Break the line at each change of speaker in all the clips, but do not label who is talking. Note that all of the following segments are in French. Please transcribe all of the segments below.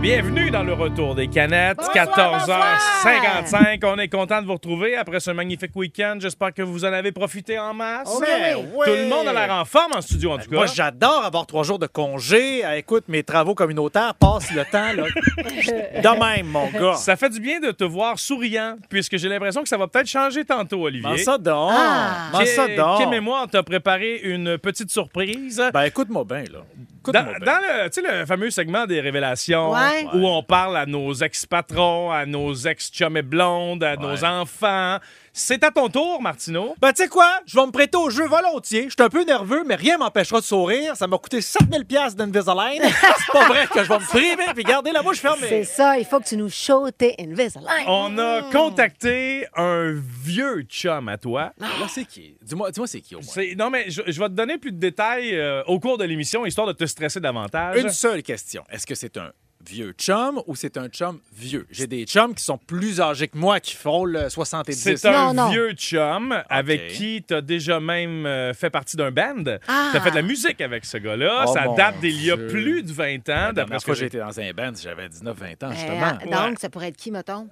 Bienvenue dans le retour des canettes, 14h55. On est content de vous retrouver après ce magnifique week-end. J'espère que vous en avez profité en masse.
Ben oui.
Tout le monde a l'air en forme en studio, en tout cas.
Moi, j'adore avoir trois jours de congé. Ah, Écoute, mes travaux communautaires passent le temps, là. De même, mon gars.
Ça fait du bien de te voir souriant, puisque j'ai l'impression que ça va peut-être changer tantôt,
M'en
Olivier.
ça donc.
Ah.
M'en ça
Kim-
donc.
Kim et moi, on t'a préparé une petite surprise.
Ben, écoute-moi bien, là. Écoute-moi
Dans,
ben.
bien.
dans le, tu sais, le fameux segment des révélations
Ouais.
où on parle à nos ex-patrons, à nos ex-chums et blondes, à nos enfants. C'est à ton tour, Martineau.
Ben, tu sais quoi? Je vais me prêter au jeu volontiers. Je suis un peu nerveux, mais rien m'empêchera de sourire. Ça m'a coûté 7000 pièces d'Invisalign. C'est pas vrai que je vais me priver puis garder la bouche
C'est
fermée.
ça, il faut que tu nous shows tes Invisalign.
On
Hmm.
a contacté un vieux chum à toi.
Là, c'est qui? Dis-moi, dis-moi c'est qui au moins.
C'est- Non, mais je, je vais te donner plus de détails euh, au cours de l'émission, histoire de te stresser davantage.
Une seule question. Est-ce que c'est un vieux chum ou c'est un chum vieux? J'ai des chums qui sont plus âgés que moi qui font le 70.
C'est
Non,
un
non.
vieux chum avec qui tu as déjà même euh, fait partie d'un band.
Ah.
Tu as fait de la musique avec ce gars-là.
Oh,
Ça
mon
date d'il y a
Dieu. Ben,
plus de 20 ans,
La
d'après
dernière
ce que
fois,
j'ai
j'ai été dans un band, j'avais 19-20 ans,
Ben,
justement.
ah,
Ouais.
Donc, ça pourrait être qui, mettons?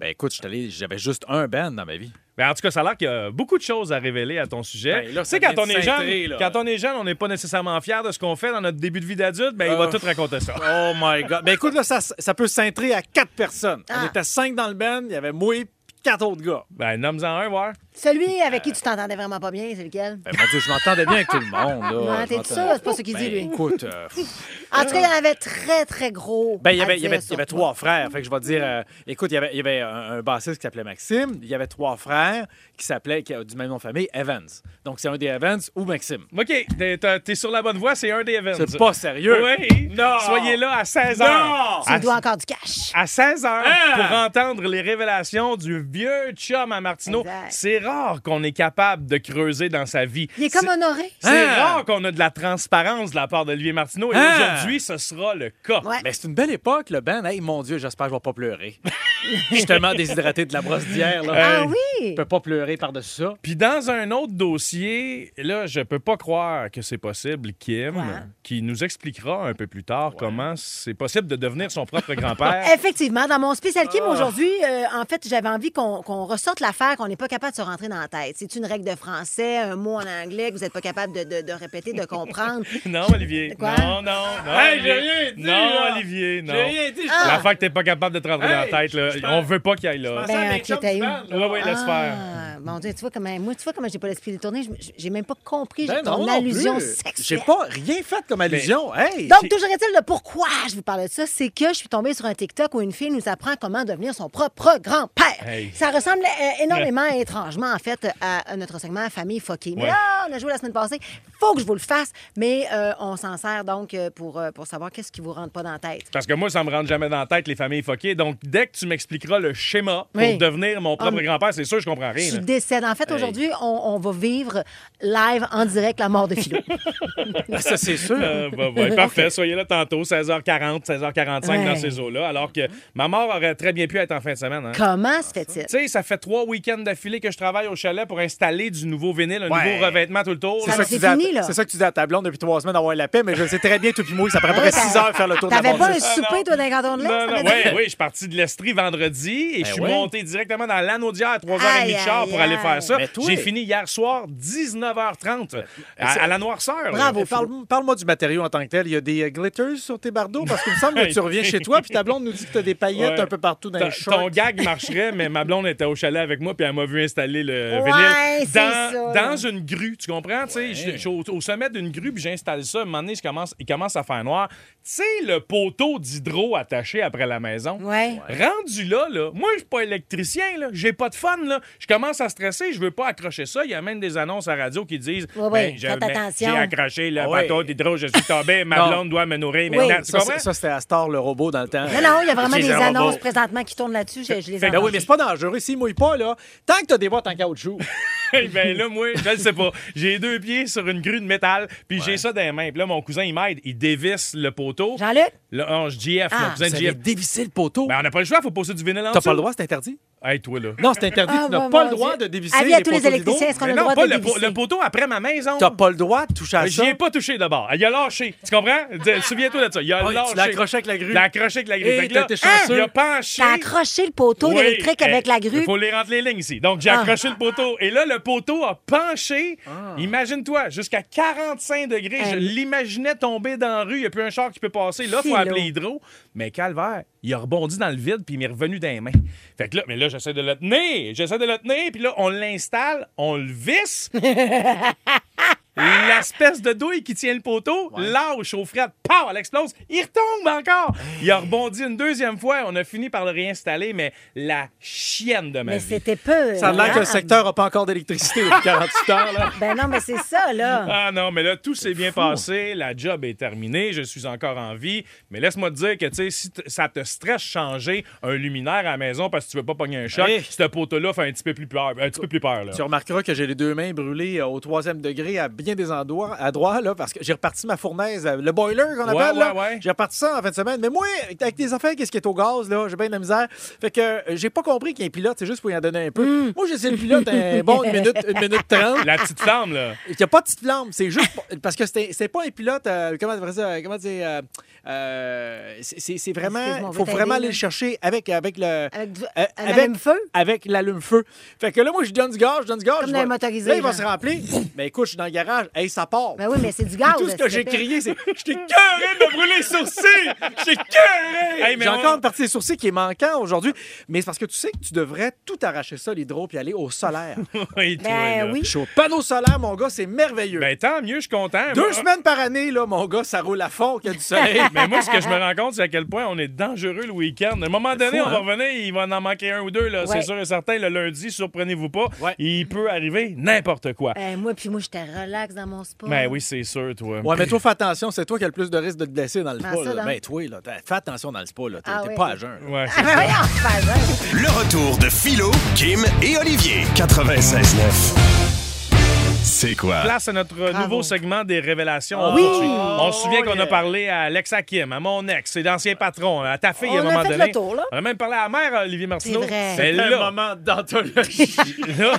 Ben écoute, j'étais allé- j'avais juste un band dans ma vie.
Ben, en tout cas, ça a l'air qu'il y a beaucoup de choses à révéler à ton sujet.
Ben, là,
tu sais,
ça
quand on
vient
est
de cintrer,
jeune,
là.
quand on est jeune, on n'est pas nécessairement fier de ce qu'on fait dans notre début de vie d'adulte. Ben, il va
Euh.
tout raconter ça.
Oh my God.
Ben, écoute, là, ça, ça peut cintrer à quatre personnes.
Ah.
On était cinq dans le band, il y avait moi et quatre autres gars.
Ben, nomme-en un, voir.
Celui avec qui tu t'entendais vraiment pas bien, c'est lequel?
Ben, mon Dieu, je m'entendais bien avec tout le monde. Là.
Ouais,
Je
t'es
m'entendais-
sûr? C'est pas ce qu'il
Ben,
dit, lui.
Écoute, euh,
En tout cas, il y en avait très, très gros.
Ben, il y
à
avait, il y
dire
avait- il y
sur
avait
toi.
trois frères. Fait que je vais te dire,
Mm-hmm.
euh, écoute, il y avait, il y avait un, un bassiste qui s'appelait Maxime. Il y avait trois frères qui s'appelaient, qui ont du même nom de famille, Evans. Donc, c'est un des Evans ou Maxime.
OK, t'es- t'es t'es sur la bonne voie, c'est un des events.
C'est pas sérieux.
Oui,
Non.
soyez là à 16 h.
Non.
Tu me dois encore du cash.
À 16 heures
Hein?
Ah!
pour entendre les révélations du vieux chum à Martineau.
Exact.
C'est rare qu'on est capable de creuser dans sa vie.
Il est comme honoré.
C'est
Hein?
Ah!
rare qu'on a de la transparence de la part d'Olivier Martineau et
Ah!
aujourd'hui, ce sera le cas.
Ouais.
ben, c'est une belle époque, le band. Hey, mon Dieu, j'espère que je vais pas pleurer.
Je suis tellement déshydraté de la brosse d'hier. là.
Ah
Hey.
Je
oui!
peux pas pleurer par-dessus ça.
Puis dans un autre dossier, là, je peux pas croire que c'est possible, Kim,
Ouais.
qui nous expliquera un peu plus tard comment c'est possible de devenir son propre grand-père.
Effectivement, dans mon spécial
Ah.
Kim aujourd'hui, euh, en fait, j'avais envie qu'on qu'on ressorte l'affaire qu'on n'est pas capable de se rentrer dans la tête. C'est une règle de français, un mot en anglais que vous n'êtes pas capable de, de- de répéter, de comprendre.
non, Olivier.
Eh. Quoi?
Non, non, non.
Hey, j'ai
Olivier.
rien dit,
Non,
là.
Olivier, non.
dit. je
Ah.
L'affaire que t'es pas capable de te rentrer
Hey,
dans la tête, là,
je pense-
on veut pas qu'il aille là.
pensais à
Ben,
mes
ok,
chums
t'as
du
eu.
band, là.
Oui, oui, laisse faire.
Ah, mon Dieu, tu vois comment, moi, tu vois comment j'ai pas l'esprit détourné. Je me- J'ai même pas compris
Ben, non,
ton
non
allusion
plus. J'ai
sexuelle.
pas rien fait comme allusion. Hey!
Donc, toujours est-il de pourquoi je vous parlais de ça, c'est que je suis tombée sur un TikTok où une fille nous apprend comment devenir son propre grand-père.
Hey.
Ça ressemble euh, énormément, et étrangement, en fait, à, à notre segment Famille Foquée. Mais
Ouais.
là, on a joué la semaine passée. Faut que je vous le fasse, mais euh, on s'en sert donc euh, pour, euh, pour savoir qu'est-ce qui vous rentre pas dans la tête.
Parce que moi, ça me rentre jamais dans la tête, les familles foquées. Donc, dès que tu m'expliqueras le schéma pour
Oui. Ah.
devenir mon propre
mais-
grand-père, c'est sûr, je comprends rien.
Tu
là.
décèdes. En fait, aujourd'hui, on, on va vivre live en direct la mort de Philo.
Ça, c'est sûr.
Euh, bah, ouais, parfait, soyez là tantôt, 16h40, 16h45 dans
Ouais.
ces eaux-là, alors que ma mort aurait très bien pu être en fin de semaine. hein.
Comment se fait-il?
Tu sais, ça fait trois week-ends d'affilée que je travaille au chalet pour installer du nouveau vinyle, un
Ouais.
nouveau revêtement tout le tour.
C'est
Ça
ça,
va,
que tu
c'est
dis à-
fini, là.
c'est ça que tu dis à ta blonde depuis trois semaines d'avoir la paix, mais je le sais très bien, tout puis moi, ça prend à peu près
t'as-
six heures de faire le tour de la
T'avais pas un
bâtisse.
souper, toi, d'un canton de l'Est?
Non,
ça
non,
veut
oui,
dire?
oui, je suis parti de l'Estrie vendredi et je suis
ouais.
monté directement dans l'anneau d'hier à 3h30
Aïe,
de char
aïe,
pour aller
aïe. Ben
faire ça.
Mais toi-
J'ai fini hier soir, 19h30, à, à la noirceur. là.
Bravo.
Parle- Parle-moi du matériau en tant que tel. Il y a des euh, glitters sur tes bardeaux parce qu'il me semble que tu reviens chez toi puis ta blonde nous dit que tu as des paillettes
Ouais.
un peu partout dans
Ta-
les
Ton
shorts.
gag marcherait, mais ma blonde était au chalet avec moi, puis elle m'a vu installer le
Ouais,
vinyle
c'est
dans,
ça,
dans
là.
une grue. Tu comprends? Tu sais, Je je suis au, au sommet d'une grue, puis j'installe ça. À un moment donné, je commence, il commence à faire noir. Tu sais, le poteau d'hydro attaché après la maison.
Ouais.
Rendu là, là, moi, je suis pas électricien, là. J'ai pas de fun, là. Je commence à stresser, je veux pas accrocher ça. Il y a même des annonces à radio qui disent Ben,
Ouais, ouais,
je-
faites attention.
J'ai accroché le
Ah ouais.
bateau d'hydro, je suis tombé, ma
Non.
blonde doit me nourrir
Oui.
maintenant. Tu
Ça,
comprends?
c'est- ça, c'était Astor, le robot, dans le temps.
Non, non, il y a vraiment
Ok,
des
ça va
annonces
bon.
présentement qui tournent là-dessus. Je, je les ai
Ben
ah
oui,
entendues.
mais c'est pas dangereux. S'il mouille pas, là, tant que t'as des boîtes en caoutchouc.
Eh ben là, moi, je le sais pas. J'ai deux pieds sur une grue de métal, puis j'ai ça dans les mains. Puis là, mon cousin, il m'aide. Il dévisse le poteau.
Jean-Luc,
Là, on, je GF, mon
Ah.
cousin
Vous
GF.
avez dévissé le poteau.
Ben, on n'a pas le choix, faut poser du vinyle en
T'as
dessous.
pas le droit, c'est interdit.
Hey, toi, là.
Non, c'est interdit.
Ah,
tu n'as
mon-
pas
mon
le droit
Dieu.
de dévisser
Avis
les
à tous les
poteaux d'hydro.
électriciens, est-ce qu'on a
Mais
le
non,
droit
pas
de
le, po-
dévisser?
le poteau après ma maison.
T'as pas le droit de toucher à
J'y
ça.
ai pas touché d'abord. Il a lâché. Tu comprends? De- Souviens-toi de ça. Il a
Ah oui,
lâché.
tu l'as accroché avec la grue.
Il l'a accroché avec la grue.
Et
Fait que
t'as
là, hein,
été chanceux.
Il a penché.
T'as accroché le poteau
Oui,
électrique
eh,
avec la grue.
Il faut les rentrer les lignes ici. Donc, j'ai
Ah.
accroché le poteau. Et là, le poteau a penché. Imagine-toi, jusqu'à 45 degrés. Je
Eh.
l'imaginais tomber dans la rue. Il n'y a plus un char qui peut passer. Là, il
Philo.
faut appeler Hydro. Mais calvaire, il a rebondi dans le vide puis il m'est revenu dans les mains. Fait que là, mais là, j'essaie de le tenir. J'essaie de le tenir. Puis là, on l'installe, on le visse. L'espèce de douille qui tient le poteau lâche au fret. Pow! Elle explose. Il retombe encore. Il a rebondi une deuxième fois. On a fini par le réinstaller, mais la chienne de ma
Mais
vie.
c'était peu.
Ça a l'air que le
hein?
secteur n'a pas encore d'électricité depuis 48 heures. Là.
Ben non, mais c'est ça, là.
Ah non, mais là, tout s'est bien passé. La job est terminée. Je suis encore en vie. Mais laisse-moi te dire que, tu sais, si t- ça te stresse changer un luminaire à la maison parce que tu veux pas pogner un choc,
Hey.
ce poteau-là fait un petit peu plus peur. Un petit peu plus peur, là.
Tu remarqueras que j'ai les deux mains brûlées euh, au troisième degré à bien des endroits, à droit, là, parce que j'ai reparti ma fournaise, euh, le boiler qu'on
Ouais,
appelle. là.
ouais, ouais.
J'ai reparti ça en fin de semaine. Mais moi, avec des affaires, qu'est-ce qui est au gaz, là, j'ai bien de la misère. Fait que euh, j'ai pas compris qu'il y a un pilote, c'est juste pour y en donner un peu. Moi, j'ai essayé le pilote un bon une minute, une minute trente.
La petite flamme, là.
Il n'y a pas de petite flamme, c'est juste pour- parce que c'est c'est pas un pilote. euh, comment dire ça Comment dire euh, euh, C'est c'est- c'est
Excuse-moi,
vraiment,
on veut
faut
t'aider,
vraiment
là.
aller le chercher avec avec le
Avec du-
euh,
un allume-feu?
Avec l'allume-feu. Fait que là, moi, je donne du gaz, je donne du gaz.
Comme
je
dans
vais-
les motorisés,
Là, il va
genre.
se remplir. Mais écoute, je suis dans le garage. Hey, ça part.
Ben oui, mais c'est du gaz.
Tout ce que
s'il
j'ai
te plaît.
crié, c'est je t'ai
Cœuré de brûler les sourcils! J'ai cœuré!
J'ai encore une partie des sourcils qui est manquant aujourd'hui. Mais c'est parce que tu sais que tu devrais tout arracher ça, l'hydro, puis aller au solaire.
Oui, toi, là.
Ben oui.
Je suis au panneau solaire, mon gars, c'est merveilleux.
Ben tant mieux, je suis content.
Deux
Moi-
semaines par année, là, mon gars, ça roule à fond qu'il y a du soleil.
Mais moi, ce que je me rends compte, c'est à quel point on est dangereux le week-end. À un moment donné,
hein?
on va revenir, il va en manquer un ou deux, là, c'est
Ouais.
sûr et certain. Le lundi, surprenez-vous pas,
Ouais.
il peut arriver n'importe quoi.
Ben, moi, puis moi, j'étais relax dans mon sport.
Ben
Mais oui, c'est sûr, toi.
Ouais, mais toi, fais attention, c'est toi qui as le plus de risque de te blesser dans le
Ah,
spa.
ça,
là.
donc.
Ben, toi, là, t'as- fais attention dans le spa, là. T'es
Ah
t'es
ouais.
pas à jeun. là.
Ouais,
Ah, ben voyons, c'est pas vrai.
Le retour de Philo, Kim et Olivier. 96.9. C'est quoi?
Place à notre nouveau segment des révélations.
Ah,
On
oui!
poursuit. On se souvient
Oh,
qu'on a
yeah.
parlé à Alex Hakim, à mon ex, ses anciens patrons, à ta fille à un
On a
moment
fait
donné.
le tour, là.
On a même parlé à la mère, à Olivier Martineau.
C'est vrai.
Mais
Un
là,
moment d'anthologie.
Là,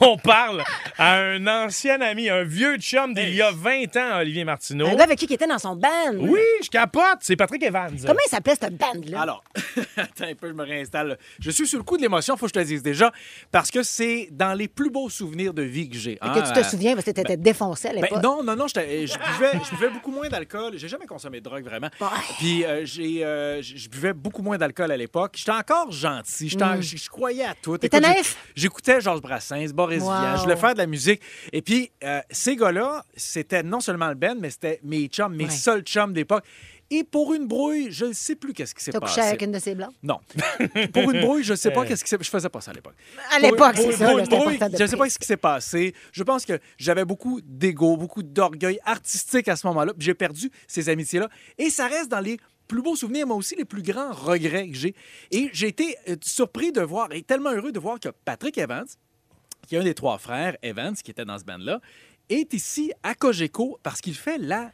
on parle à un ancien ami, un vieux chum d'il y a 20 ans, Olivier Martineau.
Un gars avec qui il était dans son band.
Oui, je capote. C'est Patrick Evans.
Comment il s'appelait, cette band-là?
Alors, attends un peu, je me réinstalle. là. Je suis sur le coup de l'émotion, faut que je te le dise déjà, parce que c'est dans les plus beaux souvenirs de vie que j'ai. hein,
que tu te
euh,
souviens, parce que t'étais défoncé à
Ben,
l'époque.
non, non, non, j'étais- euh, je buvais, je buvais beaucoup moins d'alcool. J'ai jamais consommé de drogue vraiment.
Bah.
Puis euh, j'ai, euh, j- je buvais beaucoup moins d'alcool à l'époque. J'étais encore gentil. J'étais en- Je je croyais à tout.
Mm. T'étais
Écoute, j'ai-
naïf?
J'écoutais Georges Brassens, Boris
Wow.
Vian. Je voulais faire de la musique. Et puis euh, ces gars-là, c'était non seulement le Ben, mais c'était mes chums, mes
Ouais.
seuls chums d'époque. Et pour une brouille, je ne sais plus qu'est-ce qui s'est
T'as
passé.
couché avec une Euh. de ses blancs?
Non. pour une brouille, je sais pas qu'est-ce qui s'est Je faisais pas ça à l'époque.
À
Pour-
l'époque,
pour-
c'est ça.
pour
là,
une
c'est
brouille,
important de
je sais pas
préciser.
ce qui s'est passé. Je pense que j'avais beaucoup d'ego, beaucoup d'orgueil artistique à ce moment-là. puis J'ai perdu ces amitiés-là. Et ça reste dans les plus beaux souvenirs, mais aussi les plus grands regrets que j'ai. Et j'ai été euh, surpris de voir, et tellement heureux de voir que Patrick Evans, qui est un des trois frères, Evans, qui était dans ce band-là, est ici à Cogeco parce qu'il fait la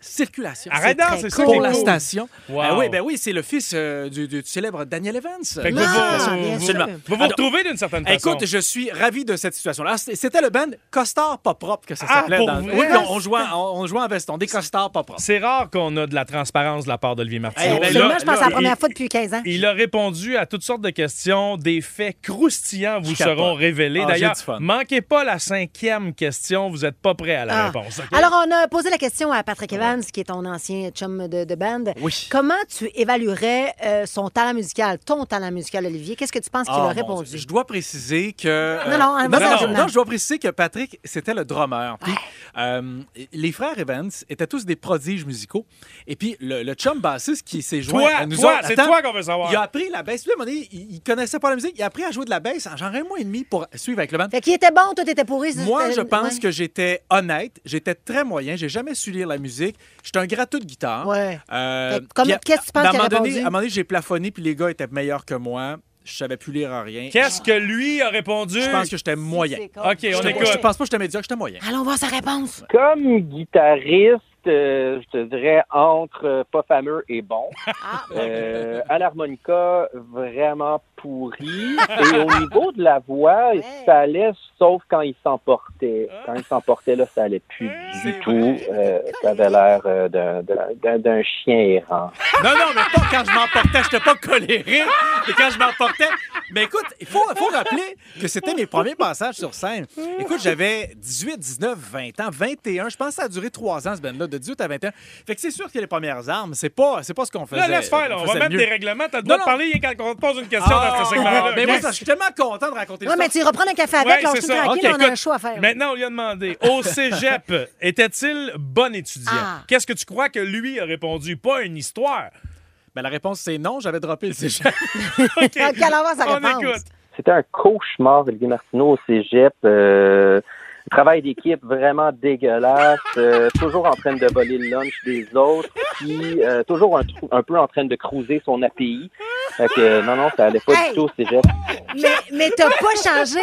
circulation.
Arrête donc,
très
c'est ça
C'est
cool.
qui
pour
est
la
cool.
station.
Wow.
Ah oui, ben oui, c'est le fils euh, du, du célèbre Daniel Evans.
Fait que
Non,
vous, vous,
bien
vous-
sûr.
vous vous
Alors-
retrouvez d'une certaine façon.
Écoute, je suis ravi de cette situation-là. C- C'était le band Costard pas propre que ça
Ah,
s'appelait.
pour
dans-
vrai?
Oui, on, on jouait, on, on jouait en veston, des Costards pas propres.
c'est rare qu'on a de la transparence de la part d'Olivier Martineau.
Eh ben
Absolument,
là-
je pense que c'est la
là,
première
il-
fois depuis 15 ans.
Il a répondu à toutes sortes de questions. Des faits croustillants vous
Je capote.
seront révélés.
Ah, j'ai
D'ailleurs,
du fun.
manquez pas la cinquième question. Vous n'êtes pas prêt à la
Ah.
réponse. ok?
Alors, on a posé la question à Patrick Evans, qui est ton ancien chum de, de band.
Oui.
Comment tu évaluerais euh, son talent musical, ton talent musical, Olivier? Qu'est-ce que tu penses qu'il
Ah,
a
mon
répondu?
Dieu. Je dois préciser que. euh,
Non, non, hein,
non,
vas-y,
non,
vas-y,
non,
non.
je dois préciser que Patrick, c'était le drummer. Puis, euh, les frères Evans étaient tous des prodiges musicaux. Et puis, le, le chum bassiste qui s'est joint
Toi,
à nous
toi,
autres-
c'est
Attends,
toi qu'on veut savoir.
Il a appris la basse. Puis, à un moment donné, il, il connaissait pas la musique. Il a appris à jouer de la basse en genre un mois et demi pour suivre avec le band.
Fait qu'il était bon, toi, t'étais pourri. c'est-
Moi, je
c'était-
pense
ouais.
que j'étais honnête, j'étais très moyen, j'ai jamais su lire la musique. J'étais un gratteux de guitare.
Ouais.
Euh,
Fait que comment-
puis à-
qu'est-ce que tu penses
à un
qu'il a
moment donné-
répondu?
À un moment donné, j'ai plafonné, puis les gars étaient meilleurs que moi. Je savais plus lire en rien.
Qu'est-ce que lui a répondu?
Je pense que j'étais moyen.
C'est con.
OK,
Je
on
te-
écoute.
je pense pas que j'étais médiocre, j'étais moyen.
Allons voir sa réponse.
Comme guitariste, euh, je te dirais entre euh, pas fameux et bon.
Ah,
Euh, à l'harmonica, vraiment pourri. Et au niveau de la voix,
Ouais. Ah.
ça allait, sauf quand il s'emportait. Quand il s'emportait, là, ça allait plus du tout. Euh, ça avait l'air euh, d'un- d'un- d'un- d'un chien errant.
Non, non, mais pas quand je m'emportais. J'étais pas colérique, mais quand je m'emportais. Mais écoute, il faut, faut rappeler que c'était mes premiers passages sur scène. Écoute, j'avais 18, 19, 20 ans, 21. Je pense que ça a duré trois ans, ce band-là, de 18 à 21. Fait que c'est sûr que les premières armes, c'est pas, c'est pas ce qu'on faisait.
Là, laisse faire, là.
qu'on
On va
faisait
mettre
mieux.
des règlements. T'as le droit
Non,
de
non.
parler quand on te pose une question dans ce segment-là.
Ah, mais moi,
Yes.
ça, je suis tellement content de raconter
Ouais,
ça.
mais tu iras prendre un café avec,
Ouais,
lâche-nous
c'est ça.
tranquille,
Ok,
on a un
écoute,
choix à faire.
Maintenant, on lui a demandé, au cégep, était-il bon étudiant?
Ah.
Qu'est-ce que tu crois que lui a répondu? Pas une histoire.
Ben, la réponse, c'est non. J'avais droppé le
Ben,
cégep.
OK.
Ah, quelle avoir sa
on
réponse?
écoute.
C'était un cauchemar, Olivier Martineau, au cégep. Euh, travail d'équipe vraiment dégueulasse. euh, toujours en train de voler le lunch des autres. Puis euh, toujours un, trou- un peu en train de cruiser son API. Fait que, euh, non, non, ça allait pas
Hey!
du tout au cégep.
Mais, mais t'as pas changé.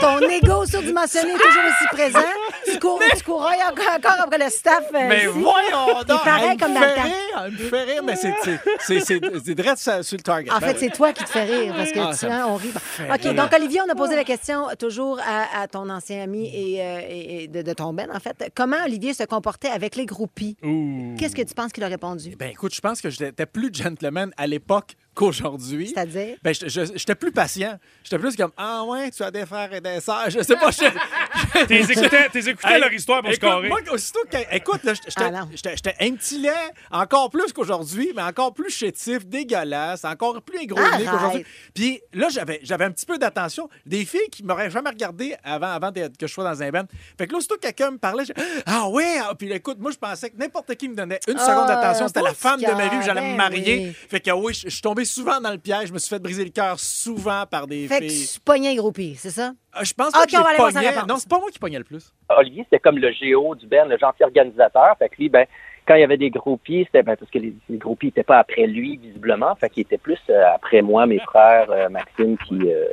Ton ego surdimensionné est toujours aussi présent. Tu cours, tu courrais encore, encore après le staff. euh,
Mais
ici.
voyons donc!
pareil
elle
comme
me
dans le
fait
temps.
rire, Elle me fait rire, mais c'est- c'est- c'est c'est- c'est direct sur sur le target.
En
Ben
fait,
oui.
c'est toi qui te fais rire parce que
Ah,
tu
ça me
hein, on rit. OK, donc Olivier, on a posé la question toujours à, à ton ancien ami et, euh, et- et de, de ton ben, en fait. Comment Olivier se comportait avec les groupies? Qu'est-ce que tu penses qu'il a répondu?
Ben écoute, je pense que j'étais plus gentleman à l'époque qu'aujourd'hui.
C'est-à-dire?
Ben, je- je- j'étais plus patient. J'étais plus comme Ah ouais, tu as des frères et des sœurs. Je sais pas. Je,
T'es écoutais, t'es écoutais
Hey,
leur histoire pour
écoute,
se carrer.
moi, aussitôt que- Écoute, là, j'étais-
Ah, non.
j'étais j'étais un petit lait, encore plus qu'aujourd'hui, mais encore plus chétif, dégueulasse, encore plus égroné
Arrête.
qu'aujourd'hui. Puis là, j'avais j'avais un petit peu d'attention. Des filles qui m'auraient jamais regardé avant, avant de- que je sois dans un band. Fait que là, aussitôt que quelqu'un me parlait, je- Ah ouais! ah! Puis là, écoute, moi, je pensais que n'importe qui me donnait une
Ah,
seconde d'attention. C'était la
petit
femme de ma vie,
cœur,
j'allais
ben
me marier.
oui.
Fait que oui, je je suis tombé souvent dans le piège. Je me suis fait briser le cœur souvent par des
Fait que
filles.
tu pognais les groupies, c'est ça?
Ah, Je pense pas
Ok,
que je
on va aller voir sa
pognais.
réponse.
Non, c'est pas moi qui pognais le plus.
Olivier, c'était comme le géo du Ben, le gentil organisateur. Fait que lui, ben, quand il y avait des groupies, c'était ben, parce que les, les groupies n'étaient pas après lui, visiblement. Fait qu'il était plus euh, après moi, mes frères, euh, Maxime, puis... euh,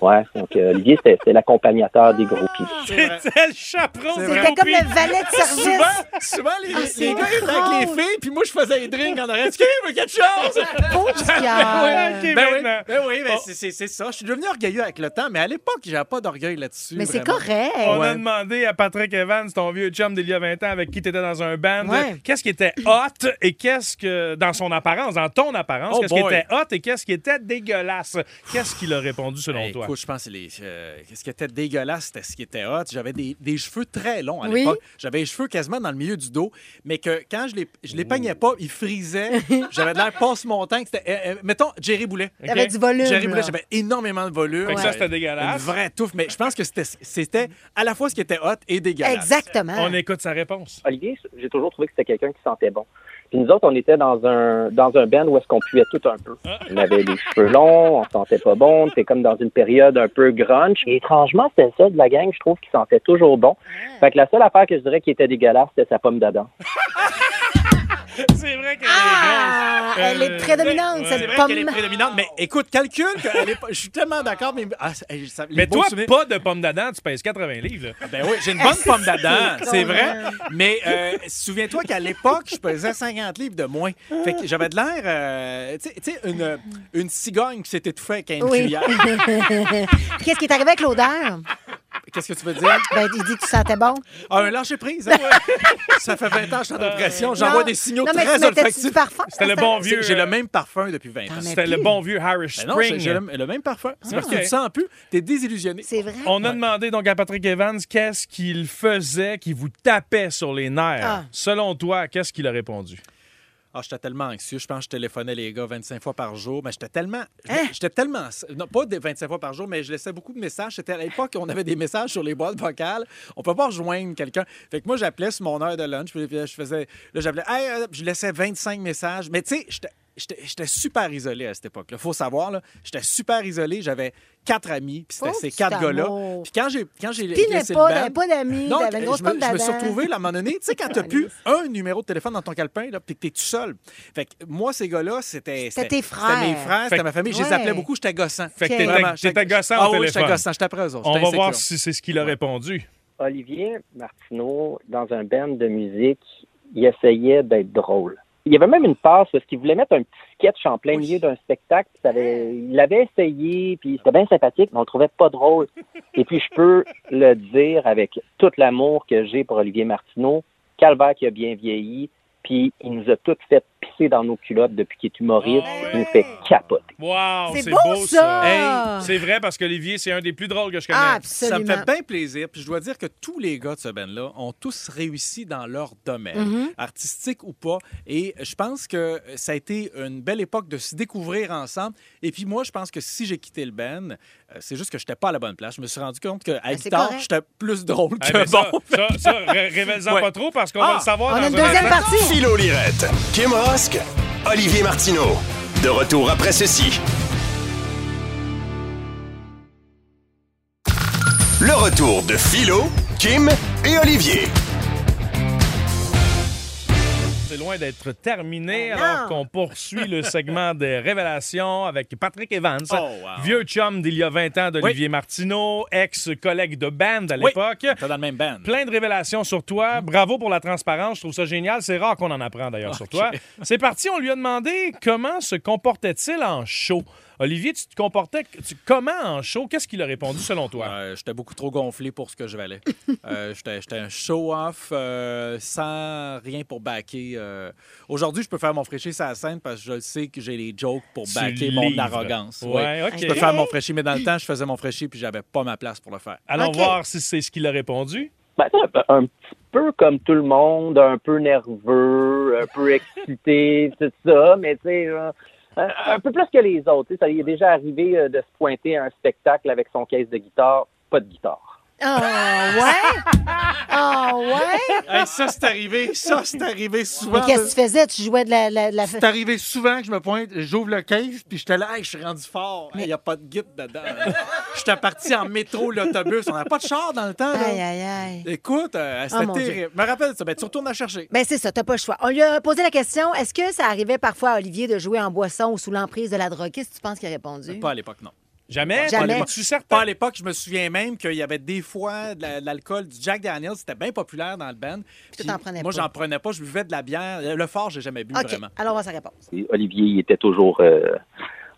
ouais, donc euh, Olivier, c'était c'était l'accompagnateur des groupies.
T'étais le chaperon
C'est
des
vrai.
C'était comme
groupies.
le valet de service.
Souvent, souvent les,
Ah, c'est
les gars ils étaient avec les
drôle.
filles, puis moi, je faisais les drinks en arrière. Est-ce qu'il veut quelque chose?
Pauvre
Ouais,
Pierre.
ok,
Ben oui,
maintenant.
ben oui, ben
Oh.
c'est- c'est c'est ça. Je suis devenu orgueilleux avec le temps, mais à l'époque, j'avais pas d'orgueil là-dessus.
Mais c'est
vraiment.
correct.
On a
Ouais.
demandé à Patrick Evans, ton vieux chum d'il y a 20 ans avec qui t'étais dans un band,
Ouais.
qu'est-ce qui était hot et qu'est-ce que, dans son apparence, dans ton apparence,
Oh
qu'est-ce qui
boy.
était hot et qu'est-ce qui était dégueulasse? Qu'est-ce qu'il a répondu selon
Hey,
toi?
Écoute, je pense que les, euh, ce qui était dégueulasse, c'était ce qui était hot. J'avais des, des cheveux très longs à
Oui.
l'époque. J'avais les cheveux quasiment dans le milieu du dos, mais que quand je les, je les peignais pas, ils frisaient. J'avais de l'air passe-montagne. C'était, euh, euh, mettons, Jerry Boulet.
Ok?
T'avais du volume.
Jerry
là.
Boulet, j'avais énormément de volume.
Fait que ça, c'était dégueulasse.
Une vraie touffe, mais je pense que c'était- c'était à la fois ce qui était hot et dégueulasse.
Exactement.
On écoute sa réponse.
Olivier, j'ai toujours trouvé que c'était quelqu'un qui sentait bon. Puis nous autres, on était dans un dans un band où est-ce qu'on puait tout un peu. On avait les cheveux longs, on sentait pas bon, c'était comme dans une période un peu grunge. Et étrangement, c'était ça de la gang, je trouve, qui sentait toujours bon. Fait que la seule affaire que je dirais qui était dégueulasse, c'était sa pomme d'Adam.
C'est vrai qu'elle
Ah,
est
elle est prédominante,
C'est
cette
vrai
pomme.
qu'elle est prédominante, mais écoute, calcule qu'elle est pas- Je suis tellement d'accord, mais. ah, c'est- hey, ça- les
Mais
beaux
toi,
souvenirs-
pas de pomme d'Adam, tu pèses 80 livres.
Ah,
là.
Ben oui, j'ai une bonne pomme d'Adam,
C'est
c'est
con,
vrai.
hein.
Mais euh, souviens-toi qu'à l'époque, je pesais 50 livres de moins. Fait que j'avais de l'air. euh, tu sais- tu sais, une, une cigogne qui s'est étouffée avec une
Oui.
cuillère.
Puis Qu'est-ce qui est arrivé avec l'odeur?
Qu'est-ce que tu veux dire?
Ben, il dit que tu sentais bon.
Ah, un lâcher prise. hein? ça fait 20 ans que je suis en dépression. J'envoie
Non.
des signaux
non, mais
très
tu mettais-tu du
olfactifs.
parfum?
C'était le bon vieux.
J'ai
euh,
le même parfum depuis 20 ans.
mais
C'était le
plus.
bon vieux Harris
Ben non, j'ai
Spring.
j'ai le, le même parfum. C'est parce que
Ah.
tu te sens plus, t'es désillusionné.
C'est vrai.
On a demandé donc à Patrick Evans qu'est-ce qu'il faisait qui vous tapait sur les nerfs.
Ah.
Selon toi, qu'est-ce qu'il a répondu?
Ah, j'étais tellement anxieux. Je pense que je téléphonais les gars 25 fois par jour. Mais j'étais tellement. je-
Hein?
J'étais tellement. Non, pas des 25 fois par jour, mais je laissais beaucoup de messages. C'était à l'époque, on avait des messages sur les boîtes vocales. On peut pas rejoindre quelqu'un. Fait que moi, j'appelais sur mon heure de lunch. Puis là, je faisais. Là, j'appelais. Hey, euh, je laissais 25 messages. Mais tu sais, j'étais. J'étais j'étais super isolé à cette époque-là. Faut savoir, là, j'étais super isolé. J'avais quatre amis, puis c'était
Oh,
ces
petit
quatre gars-là.
amour.
Puis quand j'ai quand j'ai
Puis il n'avait pas-
laissé le band-
n'avait pas d'amis,
Donc, euh,
t'avais une grosse
je me,
pomme
je me suis
d'Adam.
retrouvé là, à un moment donné, tu sais, quand t'as plus un numéro de téléphone dans ton calepin, là, puis que t'es tout seul. Fait que moi, ces gars-là, c'était.
C'était tes frères.
C'était mes frères,
Fait-
c'était ma famille. Je les
Ouais.
appelais beaucoup, j'étais gossant.
Fait que
Ok.
t'étais-
Vraiment,
t'étais gossant
Ah
au
oui,
téléphone.
j'étais gossant, j'étais après eux autres.
On
J'étais
va voir
insécure.
si c'est ce qu'il a répondu.
Olivier Martineau, dans un band de musique, il essayait d'être drôle. il y avait même une passe parce qu'il voulait mettre un petit sketch en plein milieu d'un spectacle. puis ça avait- il l'avait essayé, puis c'était bien sympathique, mais on le trouvait pas drôle. Et puis, je peux le dire avec tout l'amour que j'ai pour Olivier Martineau, Calvaire qui a bien vieilli, puis il nous a tout fait pisser dans nos culottes depuis qu'il est humoriste.
Ah ouais.
Il nous fait capoter.
Wow,
C'est
c'est
beau,
beau ça.
ça!
Hey, c'est vrai parce qu'Olivier, c'est un des plus drôles que je connais.
Ah,
Ça me
absolument.
fait bien plaisir. Puis je dois dire que tous les gars de ce band-là ont tous réussi dans leur domaine,
Mm-hmm. Mhm.
Mmh. artistique ou pas. Et je pense que euh, ça a été une belle époque de se découvrir ensemble. Et puis moi, je pense que si j'ai quitté le band, euh, c'est juste que je n'étais pas à la bonne place. Je me suis rendu compte qu'à
c'est
guitare,
corré-
j'étais plus drôle
Eh
que
ben, ça,
bon.
ça, ça, ré- révèle-en
Ouais.
pas trop parce qu'on
Ah,
va le savoir
On
dans
a une
un
deuxième
instant.
partie.
Philo Lirette, Kim Rosk, Olivier Martineau. De retour après ceci. Le retour de Philo, Kim et Olivier.
C'est loin d'être terminé
Ben
alors
non.
qu'on poursuit le segment des révélations avec Patrick Evans,
Oh,
wow.
vieux chum d'il y a 20 ans d'Olivier Martineau, ex-collègue de band à
Oui.
l'époque.
T'es dans le même band.
Plein de révélations sur toi. Bravo pour la transparence. Je trouve ça génial. C'est rare qu'on en apprend d'ailleurs sur toi. C'est parti. On lui a demandé comment se comportait-il en show. Olivier, tu te comportais tu- comment en show? Qu'est-ce qu'il a répondu selon toi?
Euh, j'étais beaucoup trop gonflé pour ce que je valais. Euh, j'étais, j'étais un show-off euh, sans rien pour backer. euh. Aujourd'hui, je peux faire mon fraîché sur la scène parce que je le sais que j'ai les jokes pour
Tu
backer mon
livres.
arrogance. Oui.
Ouais, OK.
Je peux faire mon fraîché, mais dans le temps, je faisais mon fraîché puis j'avais pas ma place pour le faire.
Allons
OK.
voir si c'est ce qu'il a répondu.
Ben, un- un petit peu comme tout le monde, un peu nerveux, un peu excité, tout ça, mais tu sais, euh, un, un peu plus que les autres. tu sais, Ça lui est déjà arrivé euh, de se pointer à un spectacle avec son caisse de guitare, pas de guitare.
Ah ouais? Ah ouais?
Hey, ça, c'est arrivé. Ça, c'est arrivé souvent.
Mais qu'est-ce que tu faisais? Tu jouais de la... la, la...
C'est arrivé souvent que je me pointe, j'ouvre le case, puis j'étais là, Hey, je suis rendu fort. Il n'y a pas de guide dedans. j'étais parti en métro, l'autobus. On n'a pas de char dans le temps. là.
Aïe, aïe, aïe.
Écoute, euh,
Oh,
c'était
mon Dieu.
terrible. Je me rappelle de ça. Ben, tu retournes la chercher.
Ben c'est ça, t'as pas le choix. On lui a posé la question, est-ce que ça arrivait parfois à Olivier de jouer en boisson ou sous l'emprise de la drogue? Qu'est-ce que tu penses qu'il a répondu?
Pas à l'époque, non.
Jamais?
Jamais.
Tu certain?
Pas à l'époque, je me souviens même qu'il y avait des fois de la- de l'alcool, du Jack Daniels, c'était bien populaire dans le band.
toi, t'en prenais
moi,
pas.
j'en prenais pas, je buvais de la bière. Le fort, j'ai jamais bu
OK,
vraiment.
alors on va sa réponse.
Et Olivier il était toujours euh,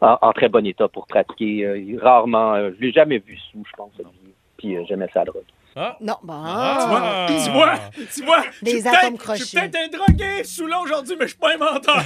en, en très bon état pour pratiquer. euh, il- rarement, euh, je l'ai jamais vu sous, je pense, Olivier. Puis euh, j'aimais ça drogue.
Ah.
Non, bon.
Ah.
Tu vois, tu vois,
Des
je suis
atomes
peut-être-
crochus.
Je suis peut-être un drogué sous l'eau aujourd'hui, mais je suis pas un menteur.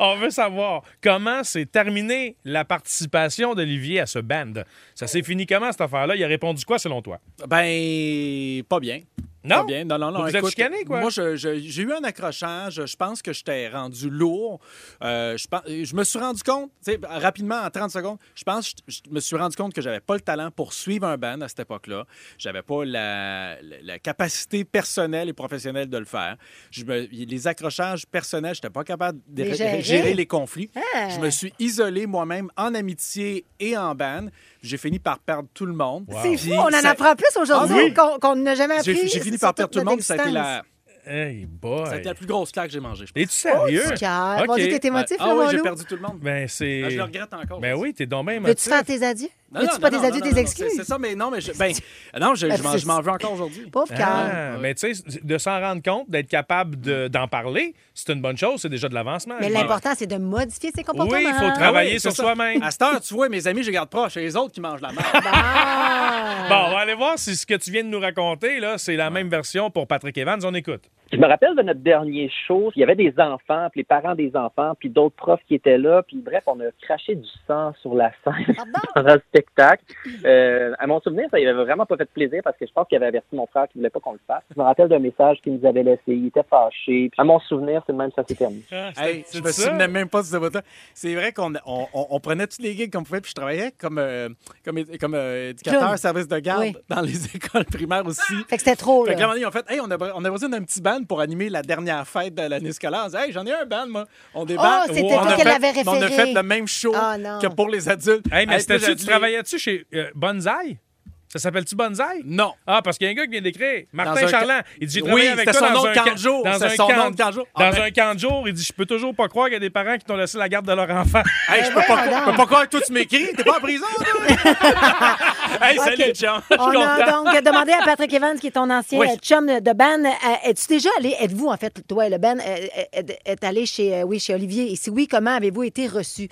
On veut savoir comment s'est terminée la participation d'Olivier à ce band. Ça s'est fini comment cette affaire-là? Il a répondu quoi selon toi?
ben, pas bien.
Non?
Pas bien. Non, non, non.
Vous vous êtes
écoute,
chicané, quoi?
Moi, je- je- j'ai eu un accrochage. Je pense que j'étais rendu lourd. Euh, je, pense- je me suis rendu compte, tu sais, rapidement, en 30 secondes, je pense que je, je me suis rendu compte que j'avais pas le talent pour suivre un band à cette époque-là. J'avais pas la, la- la capacité personnelle et professionnelle de le faire. Je me- les accrochages personnels, j'étais pas capable de
Les
ré-
gérer.
gérer les conflits.
Ah.
Je me suis isolé moi-même en amitié et en band. J'ai fini par perdre tout le monde.
C'est
Puis
fou, on en
ça-
apprend plus aujourd'hui
Ah oui.
qu'on qu'on n'a jamais
j'ai,
appris.
j'ai fini
sur
par perdre tout le
notre
monde. Ça a, été la,
Hey
ça a été
boy!
la plus grosse claque que j'ai mangée, je pense.
Es-tu sérieux?
existence. Cœur. Vas-y,
OK.
t'es émotif,
ah oui,
là,
j'ai
mon loup?
perdu tout le monde.
Ben
Ah, je
c'est...
le regrette encore.
Ben oui, t'es donc bien
Veux-tu
émotif.
faire tes adieux?
Non, non,
Veux-tu pas
non,
tes adieux,
non,
tes
non, c'est-
excuses?
C'est ça, mais non, mais je, ben, non, je, je m'en, je m'en veux encore aujourd'hui.
Pauvre cœur.
Ah, mais tu sais, de s'en rendre compte, d'être capable de-
Mm.
d'en parler, c'est une bonne chose, c'est déjà de l'avancement.
Mais
Je
l'important, c'est de modifier ses comportements.
Oui, il faut
Ah oui,
Travailler
c'est
sur
ça.
soi-même.
À cette heure, tu vois, mes amis, je les garde proche. C'est les autres qui mangent la merde.
Ah!
Bon, on va aller voir si ce que tu viens de nous raconter, là, c'est la même version pour Patrick Evans. On écoute.
Je me rappelle de notre dernier show, il y avait des enfants, puis les parents des enfants, puis d'autres profs qui étaient là, puis bref, on a craché du sang sur la scène
Pardon?
pendant le spectacle. Euh, à mon souvenir, ça il avait vraiment pas fait plaisir parce que je pense qu'il avait averti mon frère qu'il voulait pas qu'on le fasse. Je me rappelle d'un message qu'il nous avait laissé, il était fâché. Puis à mon souvenir, c'est de même que ça s'est terminé.
Hey, je me
ça?
souvenais même pas de ce bout C'est vrai qu'on on, on- on prenait toutes les gigs qu'on pouvait, puis je travaillais comme, euh, comme, comme euh, éducateur,
Clown.
service de garde
Oui.
dans les écoles primaires aussi.
Fait que c'était trop,
Fait que là, à un
là.
moment donné, ils ont fait Hey, on a, on a besoin d'un petit band pour animer la dernière fête de l'année scolaire. On dit, Hey, j'en ai un band, moi. On débarque.
Ah, c'était
on,
toi
a
qui
fait-
l'avais
on a
référé.
fait le même show
Ah, non.
que pour les adultes.
Hey, mais
Hey, puis
c'était-tu, tu
j'ai dit-
travaillais-tu chez euh, Bonsaï? Ça s'appelle-tu Bonsaï?
Non.
Ah, parce qu'il y a un gars qui vient d'écrire, Martin
un ca-
Charland. Il dit J'ai
Oui,
travaillé avec
c'était
toi
son
dans
nom
un
de camp
ca-
de jour.
Dans
C'était
un
son
camp-
nom de camp de jour. Ah,
Dans
ben.
un camp de jour, il dit Je peux toujours pas croire qu'il y a des parents qui t'ont laissé la garde de leur enfant.
Hey, je peux pas, je peux pas croire que toi, tu m'écris. T'es pas en prison, là? Ah,
Hey, salut, Jean. Je suis
On a
content.
donc demandé à Patrick Evans, qui est ton ancien
Oui.
euh, chum de de band, euh, es-tu déjà allé, êtes-vous en fait, toi et le band, euh, êtes- êtes allé chez, euh, oui, chez Olivier? Et si oui, comment avez-vous été reçu?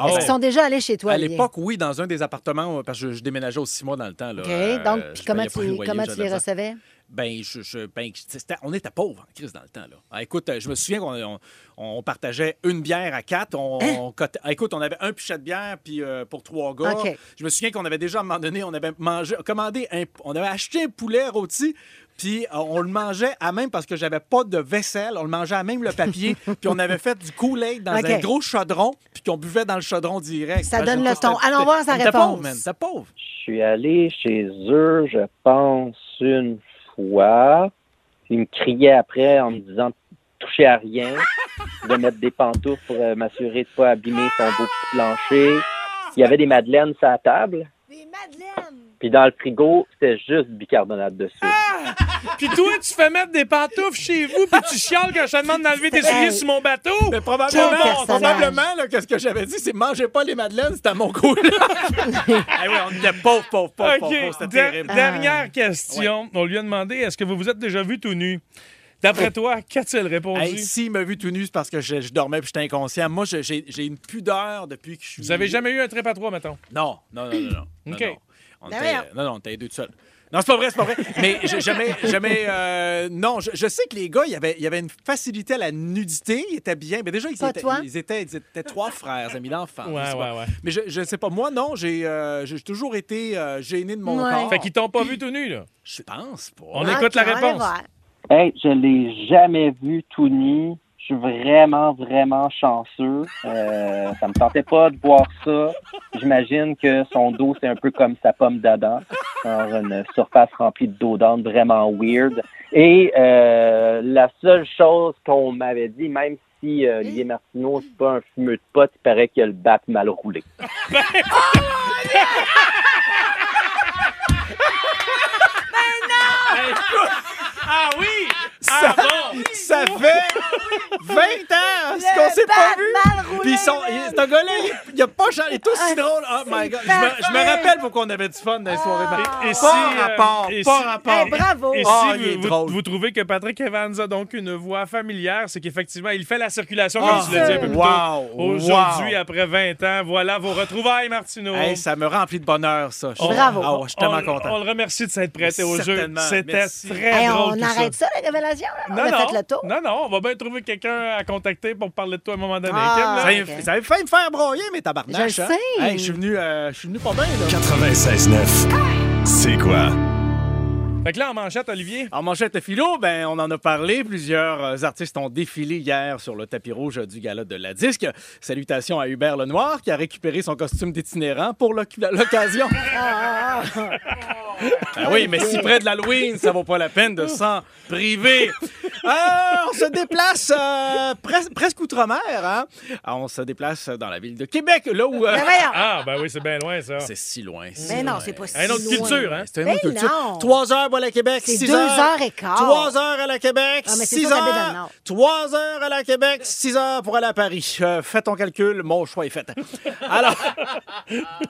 Est-ce qu'ils sont déjà allés chez toi,
Ah, Oh. À
Olivier?
l'époque, oui, dans un des appartements, euh, parce que je, je déménageais aux six mois dans le temps. Là,
OK.
Euh,
donc,
je
puis comment
payais pas le
tu,
loyer,
comment
j'avais
tu les
ça.
recevais?
Ben, je, je- ben, je- c'était- on était pauvres en crise dans le temps. Là. Ah, écoute, euh, je me souviens qu'on on, on partageait une bière à quatre. On,
Hein?
on cotait- ah, écoute, on avait un pichet de bière puis, euh, pour trois gars.
OK.
Je me souviens qu'on avait déjà, à un moment donné, on avait mangé, commandé un- on avait acheté un poulet rôti. Puis euh, on le mangeait à même parce que j'avais pas de vaisselle. On le mangeait à même le papier. puis on avait fait du Kool-Aid dans
OK.
un gros chaudron. Puis qu'on buvait dans le chaudron direct.
Ça
Imagine-toi,
donne le ton.
c'était-
Allons voir sa
on était
réponse.
pauvres, man. T'es pauvre.
Je suis allé chez eux, je pense, une fois. Ils me criaient après en me disant de toucher à rien, de mettre des pantoufles pour euh, m'assurer de pas abîmer son beau petit plancher. Il y avait des madeleines sur la table.
Des madeleines!
Puis dans le frigo, c'était juste du bicarbonate de soude.
puis toi, tu fais mettre des pantoufles chez vous, puis tu chiales quand je te demande d'enlever tes souliers
Hey.
sur mon bateau.
Mais
Quel
probablement,
personnage.
probablement là, que ce que j'avais dit, c'est mangez pas les madeleines, c'était à mon coup. Eh oui, on était pauvres, pauvres, pauvres,
OK.
pauvres, pauvres, c'était
der-
terrible.
Ah.
Dernière question. On lui a demandé Est-ce que vous vous êtes déjà vu tout nu? D'après toi, qu'a-t-il répondu?
Oh. Hey, S'il m'a vu tout nu, c'est parce que je, je dormais et j'étais inconscient. Moi, je- j'ai j'ai une pudeur depuis que je suis.
Vous avez jamais eu un trip à trois, mettons?
Non, non, non, non. non,
OK.
non, non. On était-
D'ailleurs.
non, non, on était les deux tout seuls. Non, c'est pas vrai, c'est pas vrai. Mais j'ai jamais, jamais. euh, non, je, je sais que les gars, il y avait, il y avait une facilité à la nudité. Ils étaient bien. Mais déjà, ils,
Pas
étaient,
toi?
ils, étaient, ils étaient trois frères, amis d'enfance.
Ouais,
je sais
ouais,
pas.
ouais.
Mais je, je sais pas. Moi, non, j'ai euh, j'ai toujours été euh, gêné de mon
Ouais.
corps.
Fait qu'ils t'ont pas vu tout nu, là.
Je pense pas.
Ah,
On écoute la réponse.
Hey, je l'ai jamais vu tout nu. Je suis vraiment, vraiment chanceux. Euh, ça me tentait pas de voir ça. J'imagine que son dos, c'est un peu comme sa pomme d'Adam. Genre une surface remplie de dos d'âne vraiment weird. Et euh, la seule chose qu'on m'avait dit, même si euh, Olivier Martineau, c'est pas un fumeux de potes, il paraît qu'il a le bat mal roulé.
Ah oui! Ah bon!
Ça fait 20 ans ce qu'on s'est pas vu. Puis ils sont, ils- ce gars-là, il- il a pas changé. Il est
Ah,
aussi drôle. Oh my God. Je me, je me rappelle pourquoi on avait du fun dans les soirées. de Noël.
Et- et
pas
si, euh,
rapport,
et
pas
si- ben-
rapport.
Hey, bravo!
Et
Ah, il
si
est
vous, vous-
drôle.
vous trouvez que Patrick Evans a donc une voix familière, c'est qu'effectivement, il fait la circulation,
Ah,
comme tu l'as dit un peu plus
wow,
tôt. Aujourd'hui,
wow.
après 20 ans, voilà vos retrouvailles, Martineau.
Oh. Hey, ça me remplit de bonheur, ça. Je-
On-
Bravo.
Ah ouais, je suis tellement
on-
content.
On le remercie de s'être prêté au jeu.
Certainement,
C'était
merci.
très
Hey,
drôle.
on
tout
arrête ça, la révélation? là? On a
non,
fait le tour?
non, non, on va bien trouver quelqu'un à contacter pour parler de toi à un moment donné.
Ah.
Kim, là.
Ça avait
ok.
ça avait failli me faire broyer, mais tabarnak.
Je le
hein.
sais.
Hey, je suis venu, euh, je suis venu pas bien, là.
96.9. C'est quoi?
Fait que là, en manchette, Olivier.
En manchette de philo, ben, on en a parlé. Plusieurs euh, artistes ont défilé hier sur le tapis rouge du gala de la disque. Salutations à Hubert Lenoir qui a récupéré son costume d'itinérant pour l'oc- l'occasion. Ah oui, mais si près de l'Halloween, ça vaut pas la peine de s'en priver. Ah, on se déplace euh, pres- presque outre-mer. hein. Ah, on se déplace dans la ville de Québec, là où... euh,
Ben voyons.
Ah, ben oui, c'est bien loin, ça.
c'est si loin. si
Mais non,
loin.
c'est pas si
Une autre
loin.
culture, hein?
C'est une
Ben
autre culture.
non.
Trois heures pour la Québec.
C'est
six
deux heures et quart.
Trois heures à la Québec.
Ah, mais c'est
six
sûr que t'habites dans le
heures.
Nord.
Trois heures à la Québec. Six heures pour aller à Paris. Euh, fais ton calcul. Mon choix est fait. Alors,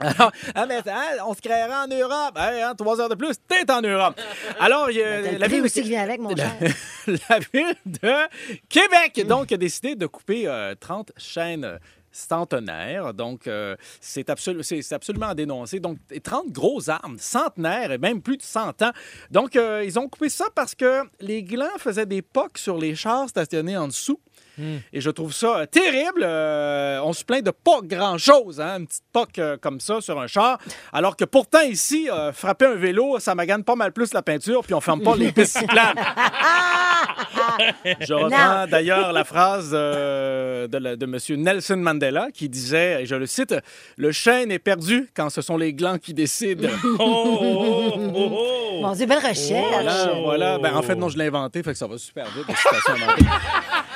alors, ah, mais, hein, on se créera en Europe. Hey, hein, trois heures de plus, t'es en Europe. Alors, il y a
Ben, T'as le
la
prix
ville de-
aussi qui vient avec, mon cher.
la ville de Québec, donc, a décidé de couper euh, 30 chaînes centenaires. Donc, euh, c'est absolu- c'est- c'est absolument à dénoncer. Donc, 30 grosses armes, centenaires et même plus de 100 ans. Donc, euh, ils ont coupé ça parce que les glands faisaient des pocs sur les chars stationnés en dessous. Et je trouve ça euh, terrible. Euh, on se plaint de pas grand-chose, hein, une petite poque euh, comme ça sur un char. Alors que pourtant, ici, euh, frapper un vélo, ça magane pas mal plus la peinture, puis on ferme pas les pistes cyclables. Je reprends d'ailleurs la phrase euh, de, la- de M. Nelson Mandela qui disait, et je le cite, Le chêne est perdu quand ce sont les glands qui décident.
Oh, oh, oh, oh, oh.
Mon Dieu, belle recherche.
voilà, voilà. Ben, en fait, non, je l'ai inventé, fait que ça va super vite. la citation inventée.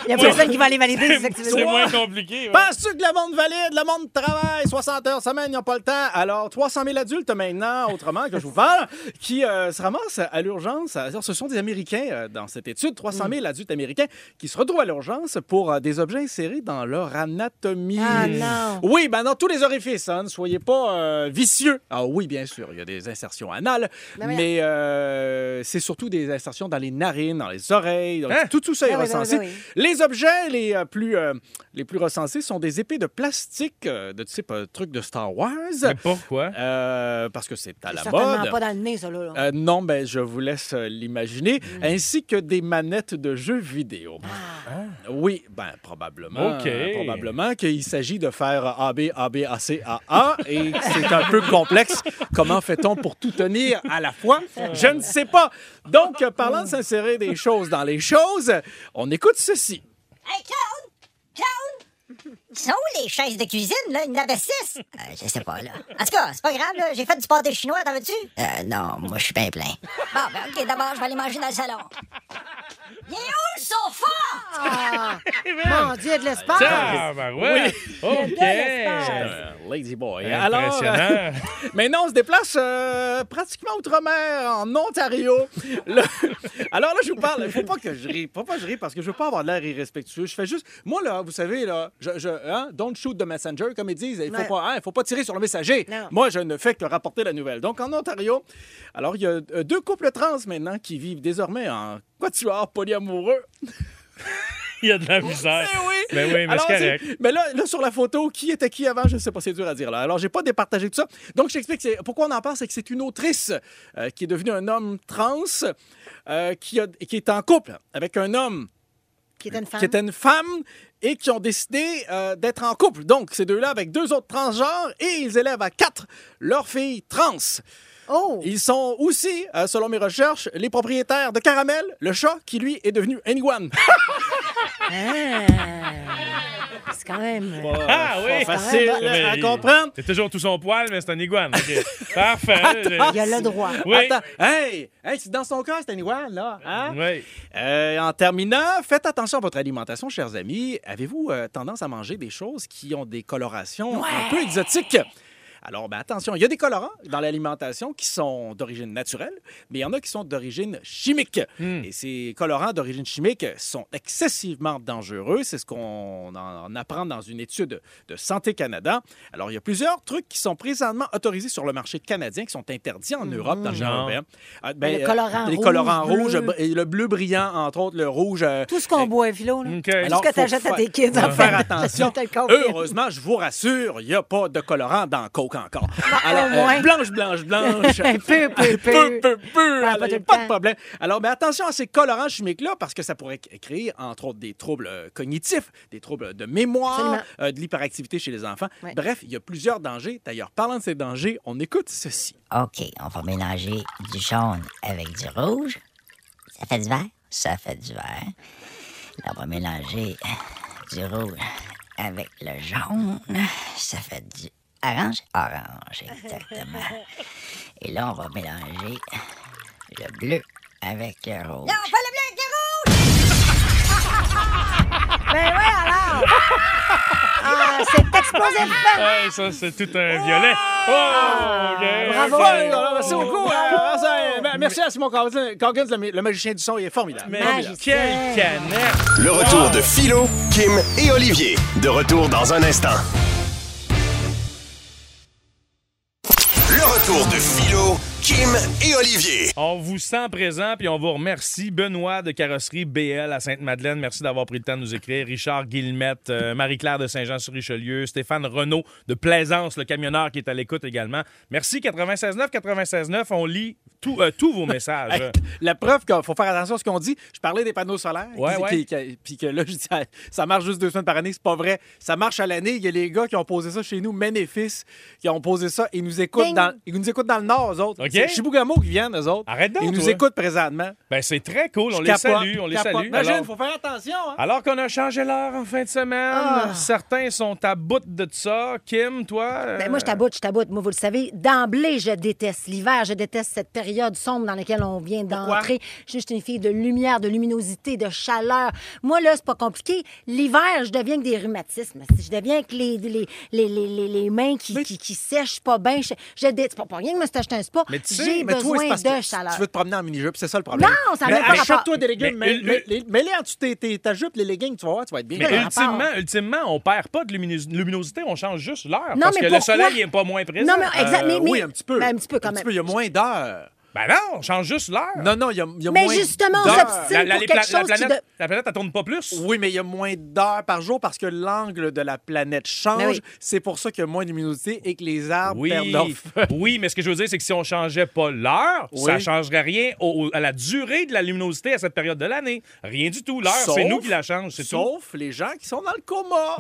Il n'y a personne qui va aller valider, c'est ça que tu veux
C'est
dire.
moins compliqué. ouais.
Penses-tu que le monde valide, le monde travaille 60 heures semaine, ils n'ont pas le temps? Alors, 300 000 adultes maintenant, autrement, que je vous parle, qui euh, se ramassent à l'urgence. Alors, ce sont des Américains euh, dans cette étude, 300 000 adultes américains qui se retrouvent à l'urgence pour euh, des objets insérés dans leur anatomie.
Ah non.
Oui, ben dans tous les orifices, hein, ne soyez pas euh, vicieux. Ah oui, bien sûr, il y a des insertions anales,
Ben
mais,
voyons.
euh, c'est surtout des insertions dans les narines, dans les oreilles, dans-
Hein?
tout, tout ça est
Ben oui, ben oui,
recensé.
ben oui.
Les objets les euh, plus euh, les plus recensés sont des épées de plastique euh, de type euh, truc de Star Wars.
Mais hein? pourquoi?
Euh, parce que c'est à la
Certainement
mode.
pas dans le nez, ça, là. là.
Euh, non, ben je vous laisse euh, l'imaginer. Ainsi que des manettes de jeux vidéo. Oui, ben probablement.
OK.
euh, probablement qu'il s'agit de faire euh, AB, AB, AC, AA. Et que c'est un peu complexe. Comment fait-on pour tout tenir à la fois? Je ne sais pas. Donc, euh, parlant de s'insérer des choses dans les choses, on écoute ceci.
Hey, Claude! Claude! Sont où les chaises de cuisine, là? Il y en avait six? Euh, je sais pas, là. En tout cas, c'est pas grave, là. J'ai fait du pâté chinois, t'en veux-tu? Euh, non, moi, je suis bien plein. Bon, ben, OK, d'abord, je vais aller manger dans le salon. Il est où, le sofa?
Ah, mon Dieu, de l'espace.
Ah, ben ouais. OK.
l'espace.
Euh, Lazy Boy. Alors, euh,
Impressionnant.
maintenant, on se déplace euh, pratiquement outre-mer, en Ontario. Le- Alors là, je vous parle. Faut pas que je rie. Faut pas que je rie parce que je veux pas avoir l'air irrespectueux. Je fais juste. Moi, là, vous savez, là, je, je- hein, don't shoot the messenger, comme ils disent. Il faut,
Ouais.
pas, hein, faut pas tirer sur le messager.
Non.
Moi, je ne fais que rapporter la nouvelle. Donc, en Ontario, alors, il y a euh, deux couples trans maintenant qui vivent désormais en quatuor polyamoureux.
Il y a de la misère.
Eh oui.
Ben oui, mais
Alors,
c'est
c'est-
correct.
Mais là, là, sur la photo, qui était qui avant, je ne sais pas, c'est dur à dire. Là. Alors, j'ai pas départagé tout ça. Donc, je t'explique c'est- pourquoi on en parle, c'est que c'est une autrice euh, qui est devenue un homme trans euh, qui, a- qui est en couple avec un homme
Qui était une femme.
qui était une femme et qui ont décidé euh, d'être en couple. Donc, ces deux-là avec deux autres transgenres et ils élèvent à quatre leur fille trans.
Oh!
Ils sont aussi, euh, selon mes recherches, les propriétaires de Caramel, le chat qui, lui, est devenu Anyone.
Ah, hein? c'est quand même.
Ah oui. Ah,
Pas facile
Mais
à
il-
comprendre.
C'est toujours tout son poil, mais c'est un iguane. OK. Parfait.
Il a le droit.
Oui.
Attends, hey, hey, c'est dans son cœur, c'est Anyone, là. hein?
Oui.
Euh, en terminant, faites attention à votre alimentation, chers amis. Avez-vous euh, tendance à manger des choses qui ont des colorations un peu exotiques? Alors, ben, attention, il y a des colorants dans l'alimentation qui sont d'origine naturelle, mais il y en a qui sont d'origine chimique.
Hmm.
Et ces colorants d'origine chimique sont excessivement dangereux. C'est ce qu'on en en apprend dans une étude de Santé Canada. Alors, il y a plusieurs trucs qui sont présentement autorisés sur le marché canadien, qui sont interdits en Europe, dans le
Genre?
européen. Ah, ben,
Hmm. Le colorant
les
rouge,
colorants
bleu.
rouges, ben, et le bleu brillant, entre autres, le rouge. euh, ben,
Tout ce qu'on boit, Philo, là.
Mm.
OK.
Tout ce que
faut
t'achètes à
fa-
tes kids,
faut
en fait.
faire attention.
Je te le confirme.
Heureusement, je vous rassure, il n'y a pas de colorant dans Coke encore. Alors,
Ah,
euh,
au moins.
blanche, blanche, blanche.
Peu, peu, peu.
Peu, peu, peu.
Ça a
Alors,
pas tout
y a
le
pas de
temps.
problème. Alors, mais attention à ces colorants chimiques-là parce que ça pourrait créer, entre autres, des troubles euh, cognitifs, des troubles de mémoire,
Absolument.
euh, de l'hyperactivité chez les enfants.
Ouais.
Bref, il y a plusieurs dangers. D'ailleurs, parlant de ces dangers, on écoute ceci.
OK, on va mélanger du jaune avec du rouge. Ça fait du vert? Ça fait du vert. Là, on va mélanger du rouge avec le jaune. Ça fait du orange? Orange, exactement. Et là, on va mélanger le bleu avec le rouge. Non, pas le bleu avec le rouge!
Ben oui, alors! Ah, c'est explosif!
Ah, ça, c'est tout un violet. Oh, OK.
bravo.
Fun! Alors, Merci beaucoup. Euh, merci, euh, Merci à Simon Coggins, Coggins, le, le magicien du son, il est formidable.
Mais
Magicien.
quelle canette.
Le retour de Philo, Kim et Olivier. De retour dans un instant. Le retour de Philo, Kim et Olivier.
On vous sent présent, puis on vous remercie. Benoît de Carrosserie BL à Sainte-Madeleine, merci d'avoir pris le temps de nous écrire. Richard Guillemette, euh, Marie-Claire de Saint-Jean-sur-Richelieu, Stéphane Renault de Plaisance, le camionneur qui est à l'écoute également. Merci, 96.9, 96.9. On lit tout, euh, tous vos messages.
Hey, la preuve qu'il faut faire attention à ce qu'on dit, je parlais des panneaux solaires.
Ouais,
qui-
ouais.
qui- qui- puis que là, je dis, ah, ça marche juste deux semaines par année. C'est pas vrai. Ça marche à l'année. Il y a les gars qui ont posé ça chez nous, Ménéfice, qui ont posé ça. Ils nous écoutent,
Ding.
dans, ils nous écoutent dans le Nord, eux autres.
OK.
C'est Chibougamau qui viennent, eux autres.
Arrête donc,
Ils nous
toi.
écoutent présentement.
Ben, c'est très cool. On
Je
les
capote,
salue. On les
capote.
salue.
Imagine,
Alors-
faut faire attention. hein.
Alors qu'on a changé l'heure en fin de semaine,
Ah.
certains sont à bout de ça. Kim, toi? euh,
Ben, moi, je taboute, je taboute. Moi, vous le savez, d'emblée, je déteste l'hiver, je déteste cette période sombre dans laquelle on vient d'entrer. Je suis juste une fille de lumière, de luminosité, de chaleur. Moi, là, c'est pas compliqué. L'hiver, je deviens que des rhumatismes. Je deviens que les, les, les, les, les- les mains qui, qui, qui sèchent pas bien. Je, je dé- c'est pas pour rien que je me suis acheté un spa.
Mais tu sais,
J'ai
mais toi, c'est
besoin
parce
de
que
chaleur.
tu veux te promener en mini-jupe, c'est ça le problème.
Non, ça n'a
Mais
même pas rapport.
achète-toi des leggings,
Mais
mais,
une-
mais, mais- mets-les en dessous de tes- tes- ta jupe, les leggings, tu vas voir, tu vas être bien.
Mais
Quel
ultimement,
rapport?
ultimement, on perd pas de lumini- luminosité, on change juste l'heure.
Non,
Parce
mais
que le
pourquoi?
soleil n'est pas moins présent.
Non,
Euh,
mais exact. mais, mais-
Euh, oui, un petit peu.
mais un petit peu quand même.
il y a moins d'heures.
Ben non, on change juste l'heure.
Non, non, il y a, il y a
Mais
moins
justement, on
d'heures.
s'obstine.
La, la-
pour
les
quelque
pla- la
chose qui
planète,
de-
la planète, elle tourne pas plus.
Oui, mais il y a moins d'heures par jour parce que l'angle de la planète change.
Mais Ben oui.
C'est pour ça qu'il y a moins de luminosité et que les arbres
Oui,
perdent leur feu.
oui, mais ce que je veux dire, c'est que si on changeait pas l'heure,
Oui.
ça changerait rien au- au- à la durée de la luminosité à cette période de l'année. Rien du tout. L'heure, c'est
Sauf-
nous qui la change, c'est tout.
Sauf les gens qui sont dans le coma.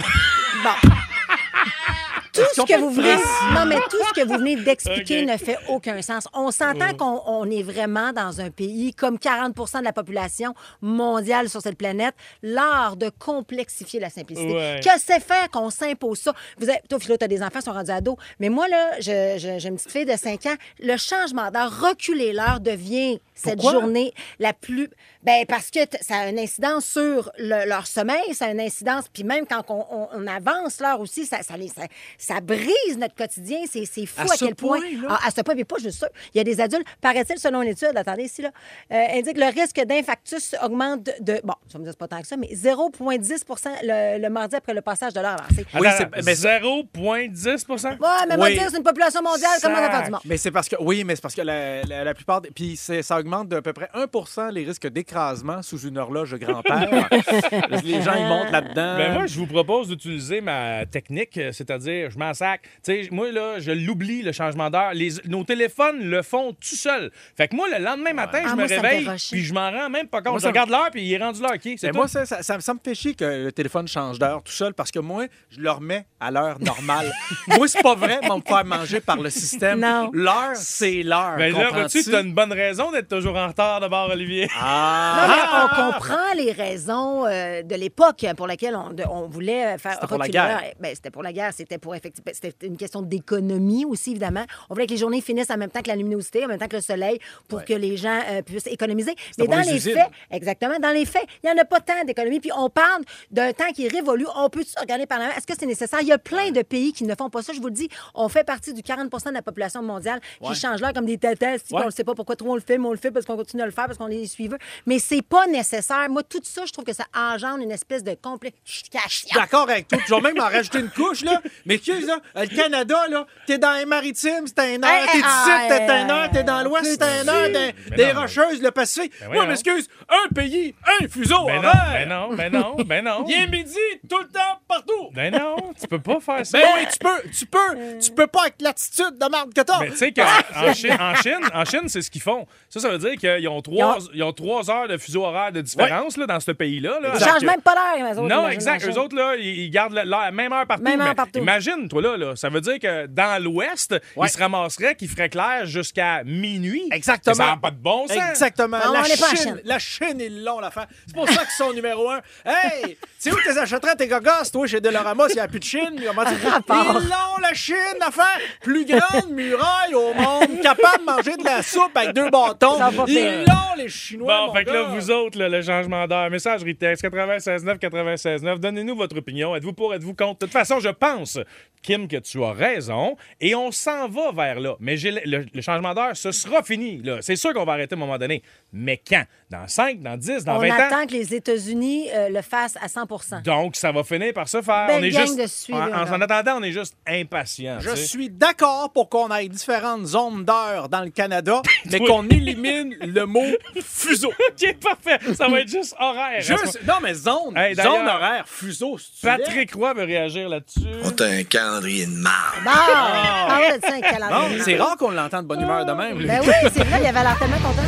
tout ce que vous venez,
précis.
non, mais tout ce que vous venez d'expliquer
Ok. Oh.
ne fait aucun sens. On s'entend qu'on on est vraiment dans un pays comme 40 de la population mondiale sur cette planète, l'art de complexifier la simplicité.
Ouais.
Que c'est faire qu'on s'impose ça? Vous avez, toi, Philo, t'as des enfants, ils sont rendus ados. Mais moi, là, je- je- j'ai une petite fille de 5 ans. Le changement d'heure, reculer l'heure devient cette journée la plus... Ben parce que t- ça a une incidence sur le- leur sommeil, ça a une incidence, puis même quand on, on- on avance l'heure aussi, ça, ça, les- ça, ça brise notre quotidien. C'est c'est fou
À
à,
ce
quel point...
point-là?
Ah, à ce point, mais pas juste ça. Il y a des adultes, paraît-il, selon une étude, attendez ici, là, euh, indique le risque d'infarctus augmente de... Bon, ça me dit c'est pas tant que ça, mais 0,10 le, le mardi après le passage de l'heure avancée.
Oui,
Attends,
c'est- mais-
0,10
Ouais, mais moi
Oui.
dire, c'est une population mondiale, comment ça faire du monde?
Mais c'est parce que, oui, mais c'est parce que la, la- la plupart. des- Puis c'est- ça augmente d'à peu près 1 les risques d'écrasement sous une horloge de grand-père. Parce que les gens, ils montent là-dedans.
Ben moi, je vous propose d'utiliser ma technique, euh, c'est-à-dire, je m'en sac. Tu sais, moi, là, je l'oublie, le changement d'heure. Les- Nos téléphones le font tout seul. Fait que moi, le lendemain matin, je
Ah,
me
moi, ça me fait
réveille,
rusher.
puis je m'en rends même pas compte.
Moi,
je
ça me-
regarde l'heure, puis il est rendu là, OK, c'est
Mais
tout.
moi, ça, ça, ça- ça me fait chier que le téléphone change d'heure tout seul parce que moi, je le remets à l'heure normale. moi, c'est pas vrai, mais on me faire manger par le système.
Non.
L'heure, c'est l'heure.
Ben là,
comprends-tu?
vois-tu, t'as une bonne raison d'être toujours en retard d'abord, Olivier.
Ah!
Non, mais on comprend les raisons euh, de l'époque pour laquelle on, de- on voulait euh, faire
C'était pour la
reculer
guerre.
l'heure. Ben, c'était pour la guerre, c'était pour effectivement, c'était une question d'économie aussi évidemment. On voulait que les journées finissent en même temps que la luminosité, en même temps que le soleil, pour que les gens euh, puissent économiser. Mais
pour
dans
les
les
usines.
faits, exactement, dans les faits, il y en a pas tant d'économie. Puis on parle d'un temps qui révolue. On peut se regarder par là. Est-ce que c'est nécessaire Il y a plein de pays qui ne font pas ça. Je vous le dis, on fait partie du 40 de la population mondiale qui change l'heure comme des tatas. si On ne sait pas pourquoi trop on le fait, mais on le fait parce qu'on continue à le faire parce qu'on est les suiveurs. Mais c'est pas nécessaire. Moi, tout ça, je trouve que ça engendre une espèce de
Je suis
complexification.
d'accord avec toi. puis Je vais même en rajouter une couche, là. Mais qu'est-ce là? Euh, Le Canada, là, t'es dans les maritimes, c'est un
Hey,
heure.
Eh,
T'es
hey,
ici,
hey,
t'es un
hey,
heure. T'es dans l'ouest, c'est un heure. Des,
Mais
des
non,
Rocheuses, le Pacifique. Moi,
voyons.
m'excuse, un pays, un fuseau
Ben non,
horaire.
ben non, ben non, ben non.
Il est midi, tout le temps, partout.
Ben non, tu peux pas faire ça.
Ben oui, tu peux, tu peux, tu peux pas avec l'attitude de merde que t'as.
Mais tu sais qu'en Chine, en Chine, en Chine, c'est ce qu'ils font. Ça, ça veut dire qu'ils ont trois, Ah! ils ont trois heures de fuseau horaire de différence là, dans ce pays-là. là.
Ils changent même pas l'heure. eux autres,
Non,
j'imagine,
exact.
en
Eux
Chine.
autres, là, ils ils gardent la- la même heure partout.
Même heure
Mais
partout.
Imagine, toi, là, là, ça veut dire que dans l'Ouest, ils se ramasseraient qu'il ferait clair jusqu'à minuit.
Exactement.
Ça n'a pas de bon sens.
Exactement.
Non,
la,
on est
Chine,
pas en Chine.
la Chine est long, l'affaire. C'est pour ça qu'ils sont numéro un. Hey, c'est où que t'es achèteras tes gogosses, toi, chez Delorama, s'il n'y a plus de Chine? Comment tu
Rapport.
Ils l'ont, la Chine, l'affaire. Plus grande muraille au monde, capable de manger de la soupe avec deux bâtons.
Ça va faire.
Ils l'ont, les Chinois.
Bon,
mon
fait que là,
gars.
vous autres, là, le changement d'heure, messagerie texte 969 969, donnez-nous votre opinion. Êtes-vous pour, êtes-vous contre? De toute façon, je pense, Kim, que tu as raison et on s'en va vers là. Mais j'ai le, le- le changement d'heure, ce sera fini. là. C'est sûr qu'on va arrêter à un moment donné. Mais quand? Dans 5, dans 10, dans
On
20 ans?
attend que les États-Unis euh, le fassent à 100
Donc, ça va finir par se faire.
Belle
on est
Ben, gang
juste,
de suivis,
en, en- en
alors.
attendant, on est juste impatients.
Je
tu sais.
suis d'accord pour qu'on ait différentes zones d'heure dans le Canada, mais
Oui.
qu'on élimine le mot fuseau.
OK, parfait. Ça va être juste horaire.
Juste, non, mais zone,
Hey, d'ailleurs-
zone horaire, fuseau, si tu veux.
Patrick Roy veut réagir là-dessus.
T'as un calendrier de marde.
Ah! Parle de ça, un calendrier.
Non, c'est rare qu'on l'entende de bonne humeur de même. lui.
Ben oui, c'est vrai, il avait l'air tellement content.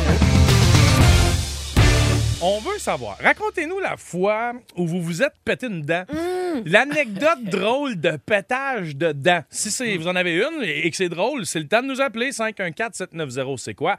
On veut savoir. Racontez-nous la fois où vous vous êtes pété une dent. L'anecdote drôle de pétage de dents. Si c'est- vous en avez une et que c'est drôle, c'est le temps de nous appeler. 514-790, c'est quoi?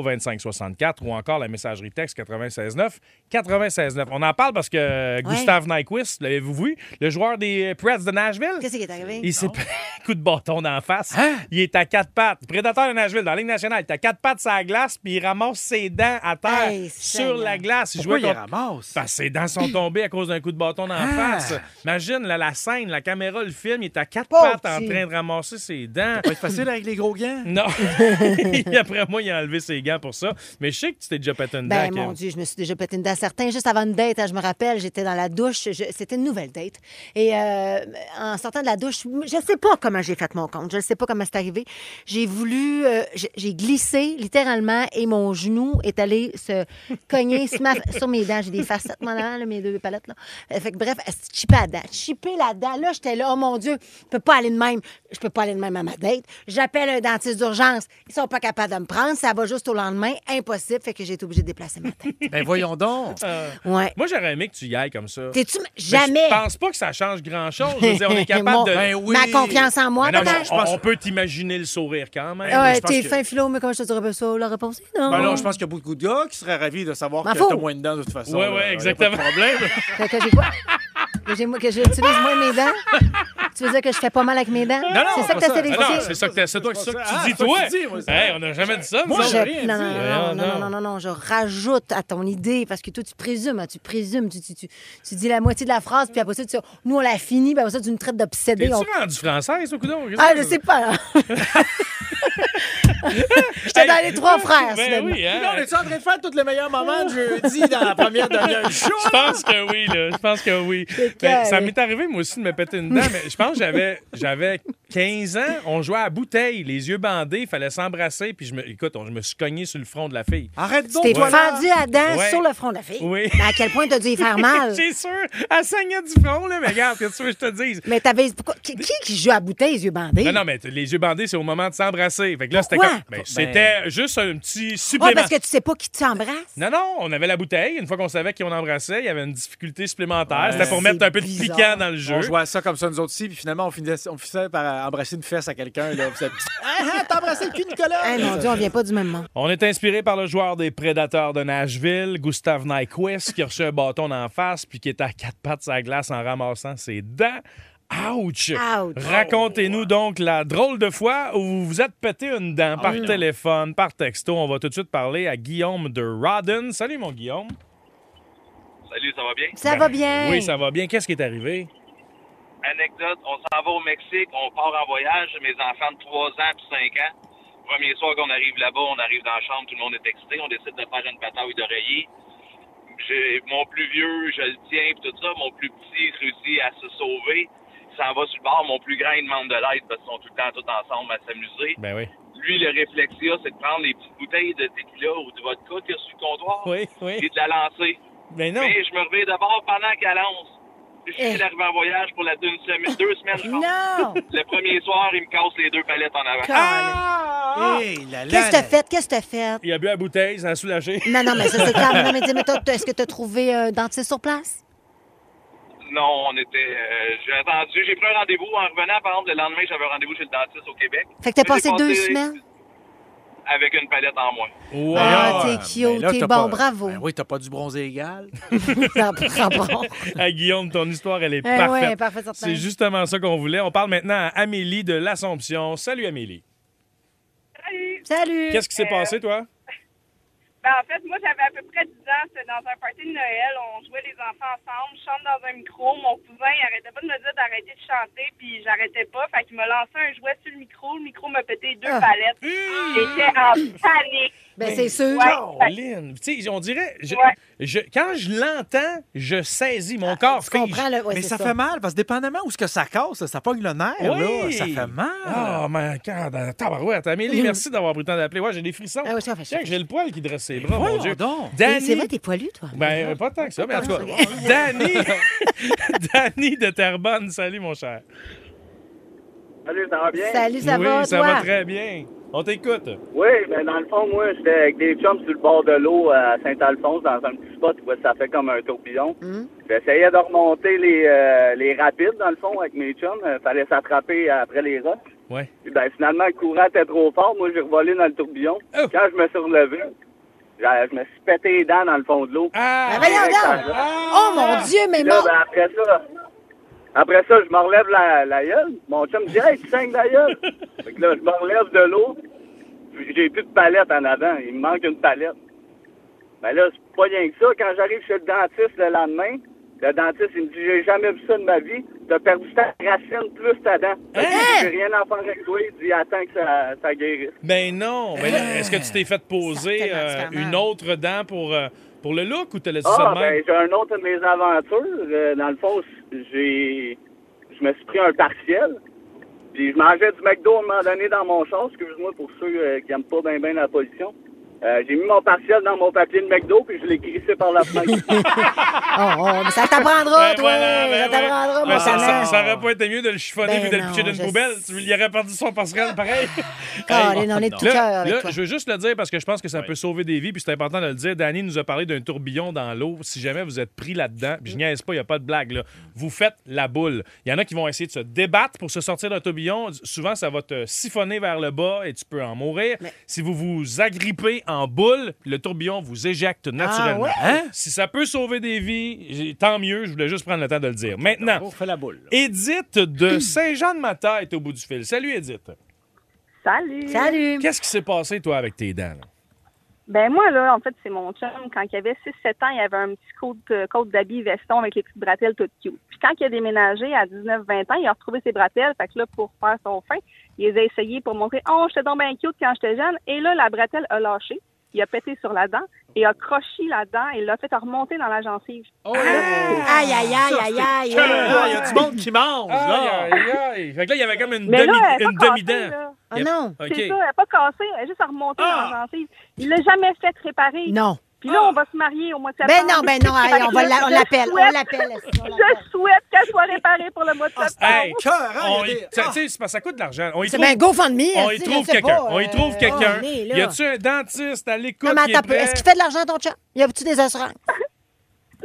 790-2564 ou encore la messagerie texte 96.9. 96.9. On en parle parce que Gustave Nyquist, l'avez-vous vu? Le joueur des Preds de Nashville?
Qu'est-ce qui est arrivé?
Il s'est pris un coup de bâton d'en face.
Hein?
Il est à quatre pattes. Prédateur de Nashville, dans la Ligue nationale, il est à quatre pattes sur la glace, puis il ramasse ses dents à terre
Hey,
sur
Seigneur.
la glace. Il
Pourquoi il
jouait
les
contre-
ramasse?
Parce que ses dents sont tombées à cause d'un coup de bâton d'en
Ah!
face. Imagine là, la scène, la caméra, le film, il est à quatre
Pauvre
pattes en
petit.
train de ramasser ses dents.
Ça va être facile avec les gros gants.
Non. Après moi, il a enlevé ses gants pour ça. Mais je sais que tu t'es déjà pété une dent,
Ben,
Kim.
mon Dieu, je me suis déjà pété une dent certain. Juste avant une date, hein, je me rappelle, j'étais dans la douche. je- C'était une nouvelle date. Et euh, en sortant de la douche, je ne sais pas comment j'ai fait mon compte. Je ne sais pas comment c'est arrivé. J'ai voulu. euh, j'ai- j'ai glissé, littéralement, et mon genou est allé se cogner sur, ma- sur mes dents. J'ai des facettes, mon avant, là, mes deux palettes. Là. Euh, Fait que bref, chipper la dent. Chipper la dent. Là, j'étais là, oh mon Dieu, je peux pas aller de même. Je peux pas aller de même à ma date. J'appelle un dentiste d'urgence. Ils sont pas capables de me prendre. Ça va juste au lendemain. Impossible. Fait que j'ai été obligée de déplacer ma tête.
Ben voyons donc.
Ouais.
Moi, j'aurais aimé que tu y ailles comme ça.
T'es-tu.
Mais
Jamais.
Je pense pas que ça change grand-chose. Je veux dire, on est
Mon-
capable de.
Ben oui.
Ma confiance en moi,
Mais non,
peut-être. Ah
on, on peut t'imaginer le sourire quand même.
Ouais,
je pense
t'es
que-
fin philo, mais comment je te dirais pas ça? La réponse est non.
Ben non, je pense qu'il y a beaucoup de gars qui seraient ravis de savoir
M'en
que
fous.
t'as moins de dents de toute façon.
Ouais,
là. Y a
ouais,
pas de
exactement.
problème.
Fait que j'ai quoi? Que j'ai- que j'utilise moins mes dents? Tu veux dire que je fais pas mal avec mes dents?
Non, non,
c'est ça que t'as
Ah Non,
sélectionné?
c'est ça que, t'as- c'est toi, c'est ça que tu
Ah,
dis,
c'est ça que
toi.
tu dis, moi, c'est
Hey, on n'a jamais dit ça, nous
Moi,
autres.
Je-
j'ai rien
non, non,
dit.
non, non, non,
Voyons
non, non, non, je rajoute à ton idée parce que toi, tu présumes, hein, tu présumes, tu, tu, tu, tu dis la moitié de la phrase, puis après ça, tu, oh, nous, on l'a fini, puis après ça, tu nous traites d'obsédés.
Es-tu
on-
rendu française, au coudon? Qu'est-ce
Ah,
que
je
c'est?
sais pas. là. J'étais dans les trois frères,
Ben
finalement.
oui, hein?
Là, on est en train de faire tous les meilleurs moments de jeudi dans la première demi-heure du show?
Je pense que oui, là. Je pense que oui.
carré.
Mais ça m'est arrivé, moi aussi, de me péter une dent, mais je pense que j'avais, j'avais 15 ans. On jouait à bouteille, les yeux bandés, il fallait s'embrasser. Puis, je me, écoute, on- je me suis cogné sur le front de la fille.
Arrête donc,
T'es
toi, là.
fendu à dents
Ouais.
sur le front de la fille.
Oui.
Mais à quel point t'as dû y faire mal?
C'est sûr, elle saignait du front, là. Mais regarde, qu'est-ce que tu veux que je te dise?
Mais t'avais. pourquoi- Qui, qui qui joue à bouteille, les yeux bandés?
Ben
Ah,
Non, non, mais t- les yeux bandés, c'est au moment de s'embrasser. Fait que là, c'était
Pourquoi?
comme. Ben, c'était juste un petit
Oh,
supplément.
parce que tu sais pas qui t'embrasse?
Non, non, on avait la bouteille. Une fois qu'on savait qui on embrassait, il y avait une difficulté supplémentaire. C'était pour
C'est
mettre un peu de
bizarre.
piquant dans le jeu.
On jouait à ça comme ça, nous autres aussi, puis finalement, on finissait, on finissait par embrasser une fesse à quelqu'un. là. Vous êtes-
Hein,
Ah, ah, t'as embrassé le cul, Nicolas!
Eh mon Dieu, on vient pas du même monde.
On est inspiré par le joueur des Prédateurs de Nashville, Gustav Nyquist, qui a reçu un bâton d'en face puis qui était à quatre pattes sa glace en ramassant ses dents. Ouch! Oh.
Ouch.
Racontez-nous donc la drôle de fois où vous vous êtes pété une dent
Ah
par téléphone, par texto. On va tout de suite parler à Guillaume de Rodden. Salut mon Guillaume.
Salut, ça va bien?
Ça va bien?
Ben Oui, ça va bien. Qu'est-ce qui est arrivé?
Anecdote, on s'en va au Mexique, on part en voyage, mes enfants de 3 ans puis 5 ans. Premier soir qu'on arrive là-bas, on arrive dans la chambre, tout le monde est excité, on décide de faire une bataille d'oreiller. J'ai- Mon plus vieux, je le tiens, puis tout ça. Mon plus petit réussit à se sauver. Il s'en va sur le bord. Mon plus grand, il demande de l'aide parce qu'ils sont tout le temps tous ensemble à s'amuser.
Ben oui.
Lui, le réflexe qu'il a, c'est de prendre les petites bouteilles de tequila ou de vodka qu'il y a sur le comptoir
Oui, oui.
et de la lancer.
Ben non.
Mais je me reviens d'abord pendant qu'elle lance. Je suis
Eh.
arrivé en voyage pour la une semaine, deux semaines, je pense.
Non!
Le premier soir, il me casse les deux palettes en avant.
Ah!
Hey, là,
Ah.
là,
Qu'est-ce que t'as
là.
fait? Qu'est-ce que t'as fait?
Il a bu la bouteille, ça a soulagé.
Non, non, mais ça, c'est clair. Non, mais dis, mais toi, t'as- est-ce que t'as trouvé un dentiste sur place?
Non, on était. euh, j'ai attendu. J'ai pris un rendez-vous en revenant, par exemple, le lendemain, j'avais un rendez-vous chez le dentiste au Québec.
Fait que t'as
Là,
passé
j'ai
deux semaines?
Avec une palette en moins.
Wow.
Ah,
Ouais,
t'es cute,
ben là,
t'es
t'as
bon,
pas-
bravo.
Ben oui, t'as pas du bronzé égal.
Ça prend bon.
Ah, Guillaume, ton histoire, elle est
Eh
parfaite.
ouais, parfait, certain.
C'est justement ça qu'on voulait. On parle maintenant à Amélie de l'Assomption. Salut Amélie.
Salut!
Qu'est-ce qui s'est
Euh,
passé, toi?
Ben, en fait, moi, j'avais à peu près 10 ans. C'était dans un party de Noël. On jouait les enfants ensemble. Je chante dans un micro. Mon cousin, il arrêtait pas de me dire d'arrêter de chanter, puis j'arrêtais pas. Fait qu'il m'a lancé un jouet sur le micro. Le micro m'a pété deux
Ah.
palettes. J'étais en panique.
Ben, c'est sûr.
Ouais.
Caroline. Tu sais, on dirait. je-
Ouais.
je- quand je l'entends, je saisis. Mon corps
Je
fige.
comprends le. ouais,
Mais
c'est
ça, fait mal, parce que dépendamment où ce que ça casse, ça pogne le nerf, là,
Oui.
ça fait mal.
Oh, my God. Tabarouette. Amélie, merci d'avoir pris le temps d'appeler. Ouais, j'ai des frissons.
Mm. Ah oui, ça fait
Tiens,
chaud.
j'ai le poil qui dresse ses bras, mon
voyons
Dieu.
donc.
Et
Danny.
C'est vrai, t'es poilu, toi.
Ben, euh, pas tant que ça, mais en tout cas. Danny. Danny de Terrebonne. Salut, mon cher.
Salut, ça va bien?
Salut, ça
oui,
va,
ça
toi?
va très bien. On t'écoute.
Oui, ben dans le fond, moi, j'étais avec des chums sur le bord de l'eau à Saint-Alphonse, dans un petit spot où ça fait comme un tourbillon. J'essayais de remonter les, euh, les rapides, dans le fond, avec mes chums. Euh, fallait s'attraper après les roches.
Ouais.
Puis, ben, finalement, le courant était trop fort. Moi, j'ai revolé dans le tourbillon. Quand je me suis relevé, j'a- je me suis pété les dents dans le fond de l'eau.
Ah!
Ben, voyons donc! Oh mon Dieu, mais
Puis là,
mon-
ben, après ça, après ça, je me relève la, la gueule. Mon chum me dit Hey, tu saignes la gueule. fait que là, je me relève de l'eau. Puis J'ai plus de palette en avant. Il me manque une palette. Mais là, c'est pas rien que ça. Quand j'arrive chez le dentiste le lendemain, le dentiste, il me dit J'ai jamais vu ça de ma vie. T'as perdu ta racine plus ta dent.
Hein?
Fait que J'ai rien à faire avec toi. Il dit Attends que ça, ça guérisse.
Ben non. Mais est-ce que tu t'es fait poser euh, une autre dent pour, euh, pour le look ou t'as laissé ça
Ah,
de même?
ben, j'ai un autre de mes aventures. Euh, dans le fond, j'ai. Je me suis pris un partiel. Puis je mangeais du McDo à un moment donné dans mon char. Excuse-moi pour ceux euh, qui n'aiment pas bien ben la pollution. Euh, j'ai mis mon partiel dans mon papier de McDo, puis je l'ai crissé par la fenêtre.
Oh, oh, mais ça t'apprendra,
Ben
toi!
voilà, ben
ça
ouais.
t'apprendra,
Ben
mon
ça, ça,
talent.
ça aurait pas été mieux de le chiffonner
Ah, Ben
puis de le
non,
pitcher d'une
je
poubelle. Tu- Il aurait perdu son passerelle pareil.
Colin, on est de tout
Là,
cœur avec
là,
toi.
je veux juste le dire parce que je pense que ça peut sauver des vies puis c'est important de le dire. Danny nous a parlé d'un tourbillon dans l'eau. Si jamais vous êtes pris là-dedans, puis je niaise pas, il n'y a pas de blague. Là. Vous faites la boule. Il y en a qui vont essayer de se débattre pour se sortir d'un tourbillon. Souvent, ça va te siphonner vers le bas et tu peux en mourir. Si vous vous agrippez en boule, le tourbillon vous éjecte naturellement.
Ah ouais?
Hein? Si ça peut sauver des vies, j'ai- tant mieux. Je voulais juste prendre le temps de le dire. Maintenant,
On fait la boule.
Edith de Saint-Jean-de-Mata est au bout du fil. Salut, Edith.
Salut!
Salut!
Qu'est-ce qui s'est passé, toi, avec tes dents? là?
Ben moi, là, en fait, c'est mon chum. Quand il avait 6-7 ans, il avait un petit coat, euh, coat d'habit veston avec les petites bretelles toutes cute. Puis quand il a déménagé à 19-20 ans, il a retrouvé ses bretelles. Fait que là, pour faire son fin, il les a essayées pour montrer « Oh, j'étais donc bien cute quand j'étais jeune. » Et là, la bretelle a lâché. Il a pété sur la dent et a croché la dent et l'a fait remonter dans la gencive.
Aïe, aïe, aïe, aïe, aïe,
Ah, Oh, Il y
aïe.
a du monde qui mange, là.
Aïe, aïe, aïe. Fait que là, il y avait comme une
Mais là,
demi-
elle est
une
pas
demi-dent.
cassée, là.
Oh non!
OK.
C'est ça, elle n'est pas cassée, elle est juste remontée
Ah!
dans la gencive. Il l'a jamais fait réparer.
Non!
Puis là, on va se marier au mois de
Ben
septembre.
non, ben non, aïe, on va la- on
Je
l'appelle, on
souhaite-
l'appelle. est-ce qu'on l'appelle?
Je souhaite qu'elle soit réparée pour le mois
Ah,
de septembre.
Ah, Hey,
Cœur, hein,
on
il y a
y-
des-
ça, tu sais, c'est parce que ça coûte de l'argent. On y
C'est
trouve,
bien GoFundMe.
on y
est-ce, hein, je
trouve
sais
quelqu'un.
pas,
On y
euh,
trouve quelqu'un.
on est là.
Y a-tu un dentiste à l'écoute?
Non, mais
qui est
attends,
prêt?
est-ce qu'il fait de l'argent, ton chat? Y a-tu des assurances?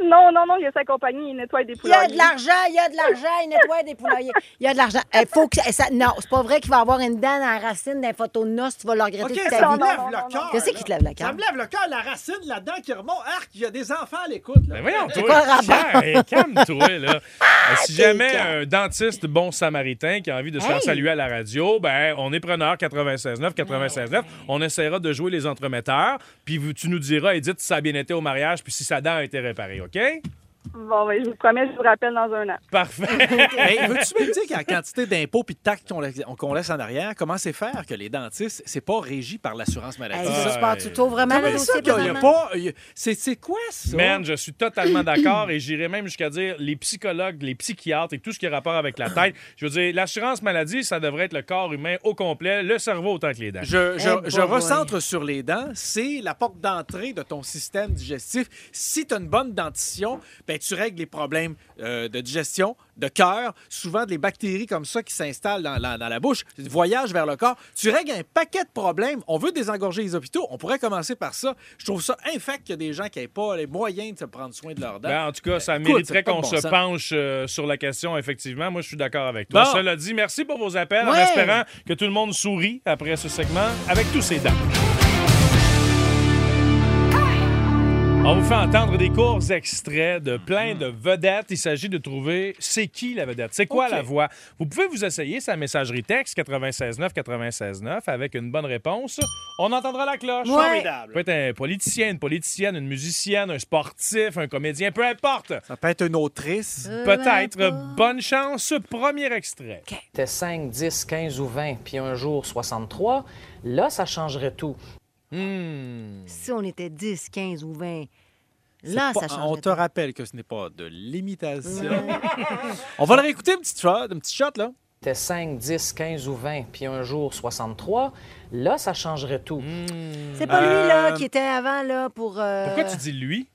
Non, non, non, il y a sa compagnie, il nettoie des
Il y a
poulailles.
de l'argent, il y a de l'argent, il nettoie des poulaillers. Il y a de l'argent. Il faut que ça- Non, c'est pas vrai qu'il va avoir une dent dans la racine d'un photo de noces, tu vas le
OK,
regretter toute
ça
ta
non,
me
vie.
non,
lève
non, non,
le cœur.
Qu'est-ce qui te lève le
Ça
cœur? Eh,
me lève le cœur, la racine là-dedans qui remonte. Arc, il y a des enfants à l'écoute. là.
Ben voyons, toi,
quoi le
Pierre, hey, calme-toi, là. Euh, si
t'es
jamais
calme.
un dentiste bon samaritain qui a envie de se faire
Hey.
saluer à la radio, ben, on est preneur 96.9, 96.9. On essaiera de jouer les entremetteurs. Puis vous- tu nous diras, Edith, si ça a bien été au mariage, puis si sa dent a été réparée, OK?
Bon, ben, je vous promets, je vous rappelle dans un an.
Parfait.
Mais veux-tu me dire qu'à la quantité d'impôts puis de taxes qu'on laisse, qu'on laisse en arrière, comment c'est faire que les dentistes, c'est pas régi par l'assurance maladie?
Hey,
C'est
je
Ah,
je pars tout au vraiment là
C'est ça
aussi,
qu'il y a
présentement.
pas. il y a- C'est c'est quoi ça?
Man, je suis totalement d'accord et j'irais même jusqu'à dire les psychologues, les psychiatres et tout ce qui a rapport avec la tête. Je veux dire, l'assurance maladie, ça devrait être le corps humain au complet, le cerveau autant que les dents.
Je, je-
Eh,
je
boy, boy.
recentre sur les dents. C'est la porte d'entrée de ton système digestif. Si tu as une bonne dentition, ben, tu règles les problèmes euh, de digestion, de cœur, souvent des bactéries comme ça qui s'installent dans, la- dans la bouche, voyage vers le corps. Tu règles un paquet de problèmes. On veut désengorger les hôpitaux. On pourrait commencer par ça. Je trouve ça infect qu'il y a des gens qui n'aient pas les moyens de se prendre soin de leurs dents.
Ben, en tout cas, ça
Écoute,
mériterait
c'est pas
qu'on
de bon
se
sens.
penche euh, sur la question, effectivement. Moi, je suis d'accord avec toi.
Bon.
Cela dit, merci pour vos appels en
Ouais.
espérant que tout le monde sourit après ce segment avec tous ses dents. On vous fait entendre des courts extraits de plein de vedettes. Il s'agit de trouver c'est qui la vedette, c'est quoi
OK.
la voix. Vous pouvez vous essayer sa messagerie texte 969 969 avec une bonne réponse. On entendra la cloche.
Ouais.
Ça peut être un politicien, une politicienne, une musicienne, un sportif, un comédien, peu importe.
Ça peut être une autrice.
Euh,
Peut-être. Bonne chance. Premier extrait.
C'était 5, 10, 15 ou 20, puis un jour 63. Là, ça changerait tout.
Hmm.
Si on était 10, 15 ou 20, là,
Pas-
ça
on
change.
te rappelle que ce n'est pas de l'imitation. on va le réécouter, une petite shot, une petite shot là.
C'était 5, 10, 15 ou 20, puis un jour 63. Là, ça changerait tout.
C'est pas lui, là,
Euh,
qui était avant, là, pour... euh,
Pourquoi tu dis lui?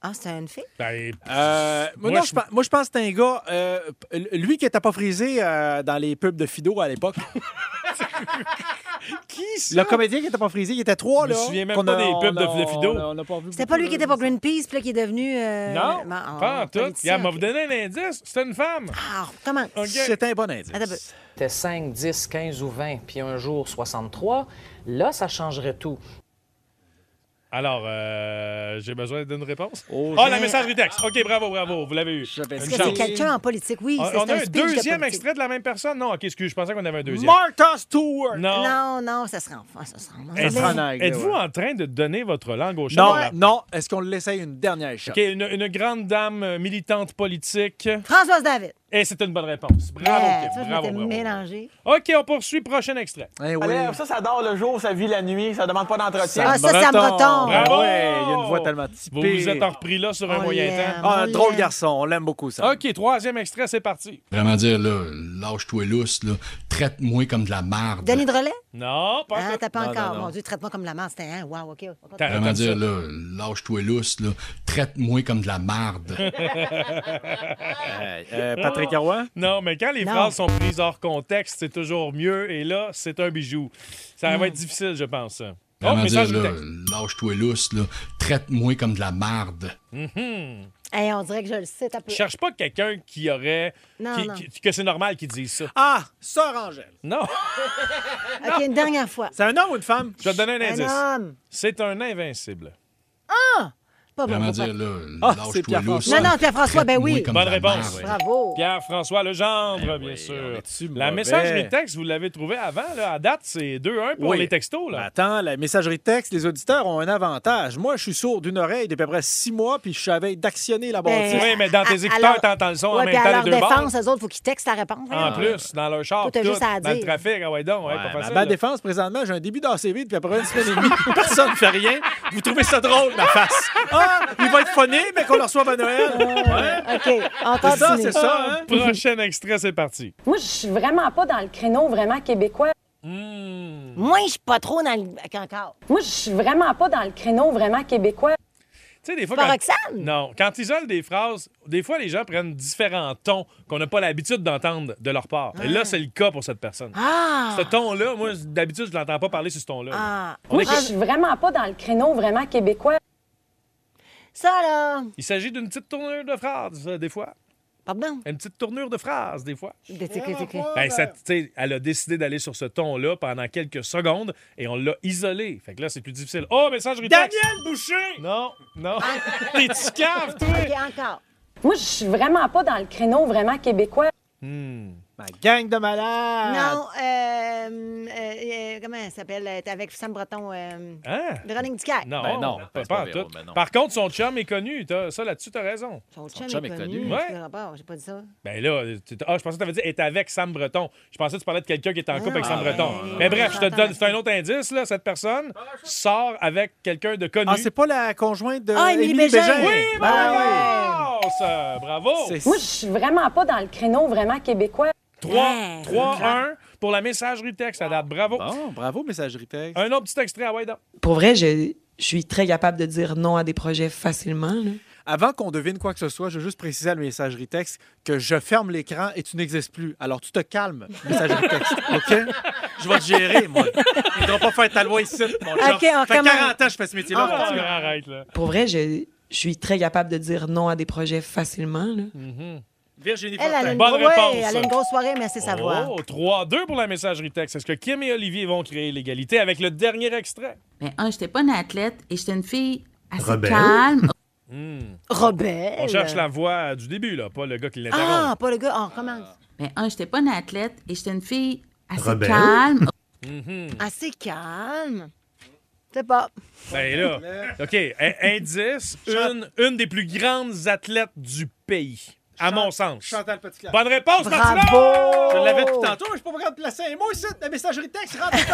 Ah, c'est une fille?
Ben,
Euh, moi,
Moi,
non,
je-
je... pense- moi, je pense que c'est un gars, euh, p- lui qui n'était pas frisé euh, dans les pubs de Fido à l'époque.
Qui ça?
Le comédien qui était pas frisé, il était trois,
Je me
là.
souviens même
qu'on
pas
a-
des
on
pubs de-
a-
de Fido.
on a- on a pas vu
C'était pas lui
beaucoup.
qui était pour Greenpeace, puis là, qui est devenu. euh,
Euh, Non,
ma- en-
pas en tout.
politicien.
Regarde, m'a vous donner un indice. C'était une femme.
Ah, comment?
C'était un bon indice.
C'était 5, 10, 15 ou 20, puis un jour 63. Là, ça changerait tout.
Alors, euh, j'ai besoin d'une réponse.
Oh,
Ah,
j'ai-
la messagerie texte. OK, bravo, bravo. Vous l'avez eu.
Est-ce
Une
que
chance.
c'est quelqu'un en politique? Oui,
On
c'est
on
un
a un
speech de
deuxième
politique.
extrait de la même personne? Non, OK, excuse, je pensais qu'on avait un deuxième.
Martha Stewart!
Non.
Non, non, ça sera en France, ça sera en anglais.
Êtes-
sera en anglais,
Êtes-vous
ouais.
en train de donner votre langue au chat?
Non, non. Est-ce qu'on l'essaye une dernière shot?
OK, une, une grande dame euh, militante politique.
Françoise David.
Et c'est une bonne réponse. Bravo,
Ah,
Kim.
tu vois, je
Bravo,
m'étais
bravo.
mélangée.
OK, on poursuit. Prochain extrait.
Eh oui.
ça, ça dort le jour, ça vit la nuit, ça demande pas d'entretien.
Ah, ça, ça me retombe.
Ah
Bravo!
ouais, il y a une voix tellement
Vous
typée.
vous êtes en repris là sur un
On
moyen
l'aime.
temps.
Ah,
On
drôle
l'aime.
garçon, on l'aime beaucoup, ça.
Ah, OK, troisième extrait, c'est parti.
Vraiment dire, là, lâche-toi lousse, là, traite-moi comme de la marde.
Denis Drolet?
Non, pas
Ah,
encore.
t'as pas
Non,
encore.
non, non.
Mon Dieu, traite-moi comme la merde. C'était un. Wow, OK. on continue.
T'as-
Vraiment
t'as-
dire, là, lâche-toi lousse, là, traite-moi comme de la marde.
Euh, euh,
Ah.
Patrick Roy?
Non, mais quand les
Non.
phrases sont prises hors contexte, c'est toujours mieux. Et là, c'est un bijou. Ça
Hmm.
va être difficile, je pense. Oh,
Vraiment
message
dire,
du
là,
texte.
Euh, lâche-toi lousse, là, traite-moi comme de la marde.
Hey, on dirait que je le sais.
euh,
t'as peu.
Cherche pas quelqu'un qui aurait.
Non,
qui-
non.
qui- que c'est normal qu'il dise ça.
Ah, Sœur Angèle.
Non,
OK, une dernière fois.
C'est un homme ou une femme?
je vais te donner un indice.
Un homme.
C'est un invincible.
Pas bon.
Vraiment
pas
dire,
bon.
là,
Ah, c'est
lâche-toi
Pierre-François.
lousse.
Non, non,
là,
Pierre-François, ben
traite-moi
oui.
comme
Bonne
de la
réponse.
marde.
Bravo.
Pierre-François Legendre, bien sûr.
est-tu
La
Ben mauvais?
messagerie texte, vous l'avez trouvé avant. Là. À date, c'est 2-1 pour
Oui.
les textos.
Ben,
Là.
attends, la messagerie de texte, les auditeurs ont un avantage. Moi, je suis sourd d'une oreille depuis à peu près six mois, puis je savais d'actionner la
Ben
bâtisse.
oui, mais dans tes
Eh, à-
écouteurs,
alors-
t'entends le son en
Ouais,
même
puis
temps,
à leur
les deux
défense, eux autres, faut qu'ils textent la réponse.
En plus, dans leur char,
Toi, t'as
tout,
juste à
dans le
dire.
trafic, ah ouais donc, ouais,
Ouais,
pas
mais à
facile.
ma
là.
défense, présentement, j'ai un début d'ACV depuis à peu près une semaine et demie. Personne ne fait rien. Vous trouvez ça drôle, ma face? Ah, il va être phoné, mais qu'on le reçoive à Noël.
Oh,
Ouais.
OK, on
C'est ça,
continue.
c'est ça, hein?
Prochain extrait, c'est parti.
Moi, je suis vraiment pas dans le créneau vraiment québécois.
Moi, je suis pas trop dans le... Encore.
Moi, je suis vraiment pas dans le créneau vraiment québécois.
Tu sais, des fois.
Pas
quand-
Roxane?
Non. Quand ils isolent des phrases, des fois, les gens prennent différents tons qu'on n'a pas l'habitude d'entendre de leur part. Et là, c'est le cas pour cette personne.
Ah!
Ce ton-là, moi, d'habitude, je l'entends pas parler sur ce ton-là.
Ah.
On
Moi,
écoute.
je suis vraiment pas dans le créneau vraiment québécois.
Ça, là...
Il s'agit d'une petite tournure de phrase, euh, des fois.
Pardon?
Une petite tournure de phrase, des fois.
Des- des- des- des-
Ben, ça, tu sais, elle a décidé d'aller sur ce ton-là pendant quelques secondes et on l'a isolé. Fait que là, c'est plus difficile. Oh, message
Daniel
texte!
Boucher!
Non, non. T'es-tu cave, toi?
OK, encore.
Moi, je suis vraiment pas dans le créneau vraiment québécois.
Hmm.
Ma gang de malades!
Non, euh, euh, euh, comment elle s'appelle? euh, t'es avec Sam Breton. Euh,
Hein?
Véronique Ducaire.
Non,
Ben non,
pas,
c'est
pas
pas
en
Véro,
tout.
ben non.
Par contre, son chum est connu. T'as- ça, là-dessus, t'as raison.
Son chum,
chum
est
est
connu.
connu.
c'est
Ouais.
le rapport, J'ai pas dit ça.
Ben là, t'es- ah, je pensais que t'avais dit est avec Sam Breton. Je pensais que tu parlais de quelqu'un qui est en couple avec
Ah,
Sam
non,
Breton.
ben
non, non,
Mais
non,
bref,
non,
je te
j'entends
donne
la
c'est un autre indice là. Cette personne sort avec quelqu'un de connu.
Ah, c'est pas la conjointe de
Ah, Émilie
Émilie
Bégin.
Bégin?
Oui,
Ben
bravo!
Ah, oui.
Bravo!
C'est-
Moi, je suis vraiment pas dans le créneau vraiment québécois.
3, 3-1 pour la messagerie texte à date. Bravo.
Bon, bravo, messagerie texte.
Un autre petit extrait à Waida.
Pour vrai, je, je suis très capable de dire non à des projets facilement. là.
Avant qu'on devine quoi que ce soit, je veux juste préciser à la messagerie texte que je ferme l'écran et tu n'existes plus. Alors, tu te calmes, messagerie texte, OK? Je vais te gérer, moi. Ils ne doivent pas faire ta loi ici, mon
OK, on
chum. Ça fait
recommence.
40 ans que je fais ce métier-là.
Ah,
Faut que tu-
arrête là.
Pour vrai, je, je suis très capable de dire non à des projets facilement. là.
Virginie
Elle, elle a,
Fortin.
une
Bonne
grosse- ouais,
réponse.
elle a une grosse soirée, merci savoir.
Oh, 3-2 pour la messagerie texte. Est-ce que Kim et Olivier vont créer l'égalité avec le dernier extrait?
Mais un, j'étais pas une athlète et j'étais une fille assez
Rebelle.
calme.
Hmm.
Robert.
On cherche la voix du début, là, pas le gars qui l'interrompt.
Ah, pas le gars. On recommence.
Mais un, j'étais pas une athlète et j'étais une fille assez
Rebelle.
calme.
Mhm.
Assez calme. Je sais pas.
Ben là, OK, un- indice, une, une des plus grandes athlètes du pays, à mon sens.
Chantal petit
Bonne réponse, Martina!
Bravo!
Je l'avais tout tantôt, mais je suis pas capable de placer un mot ici. La messagerie texte rentre.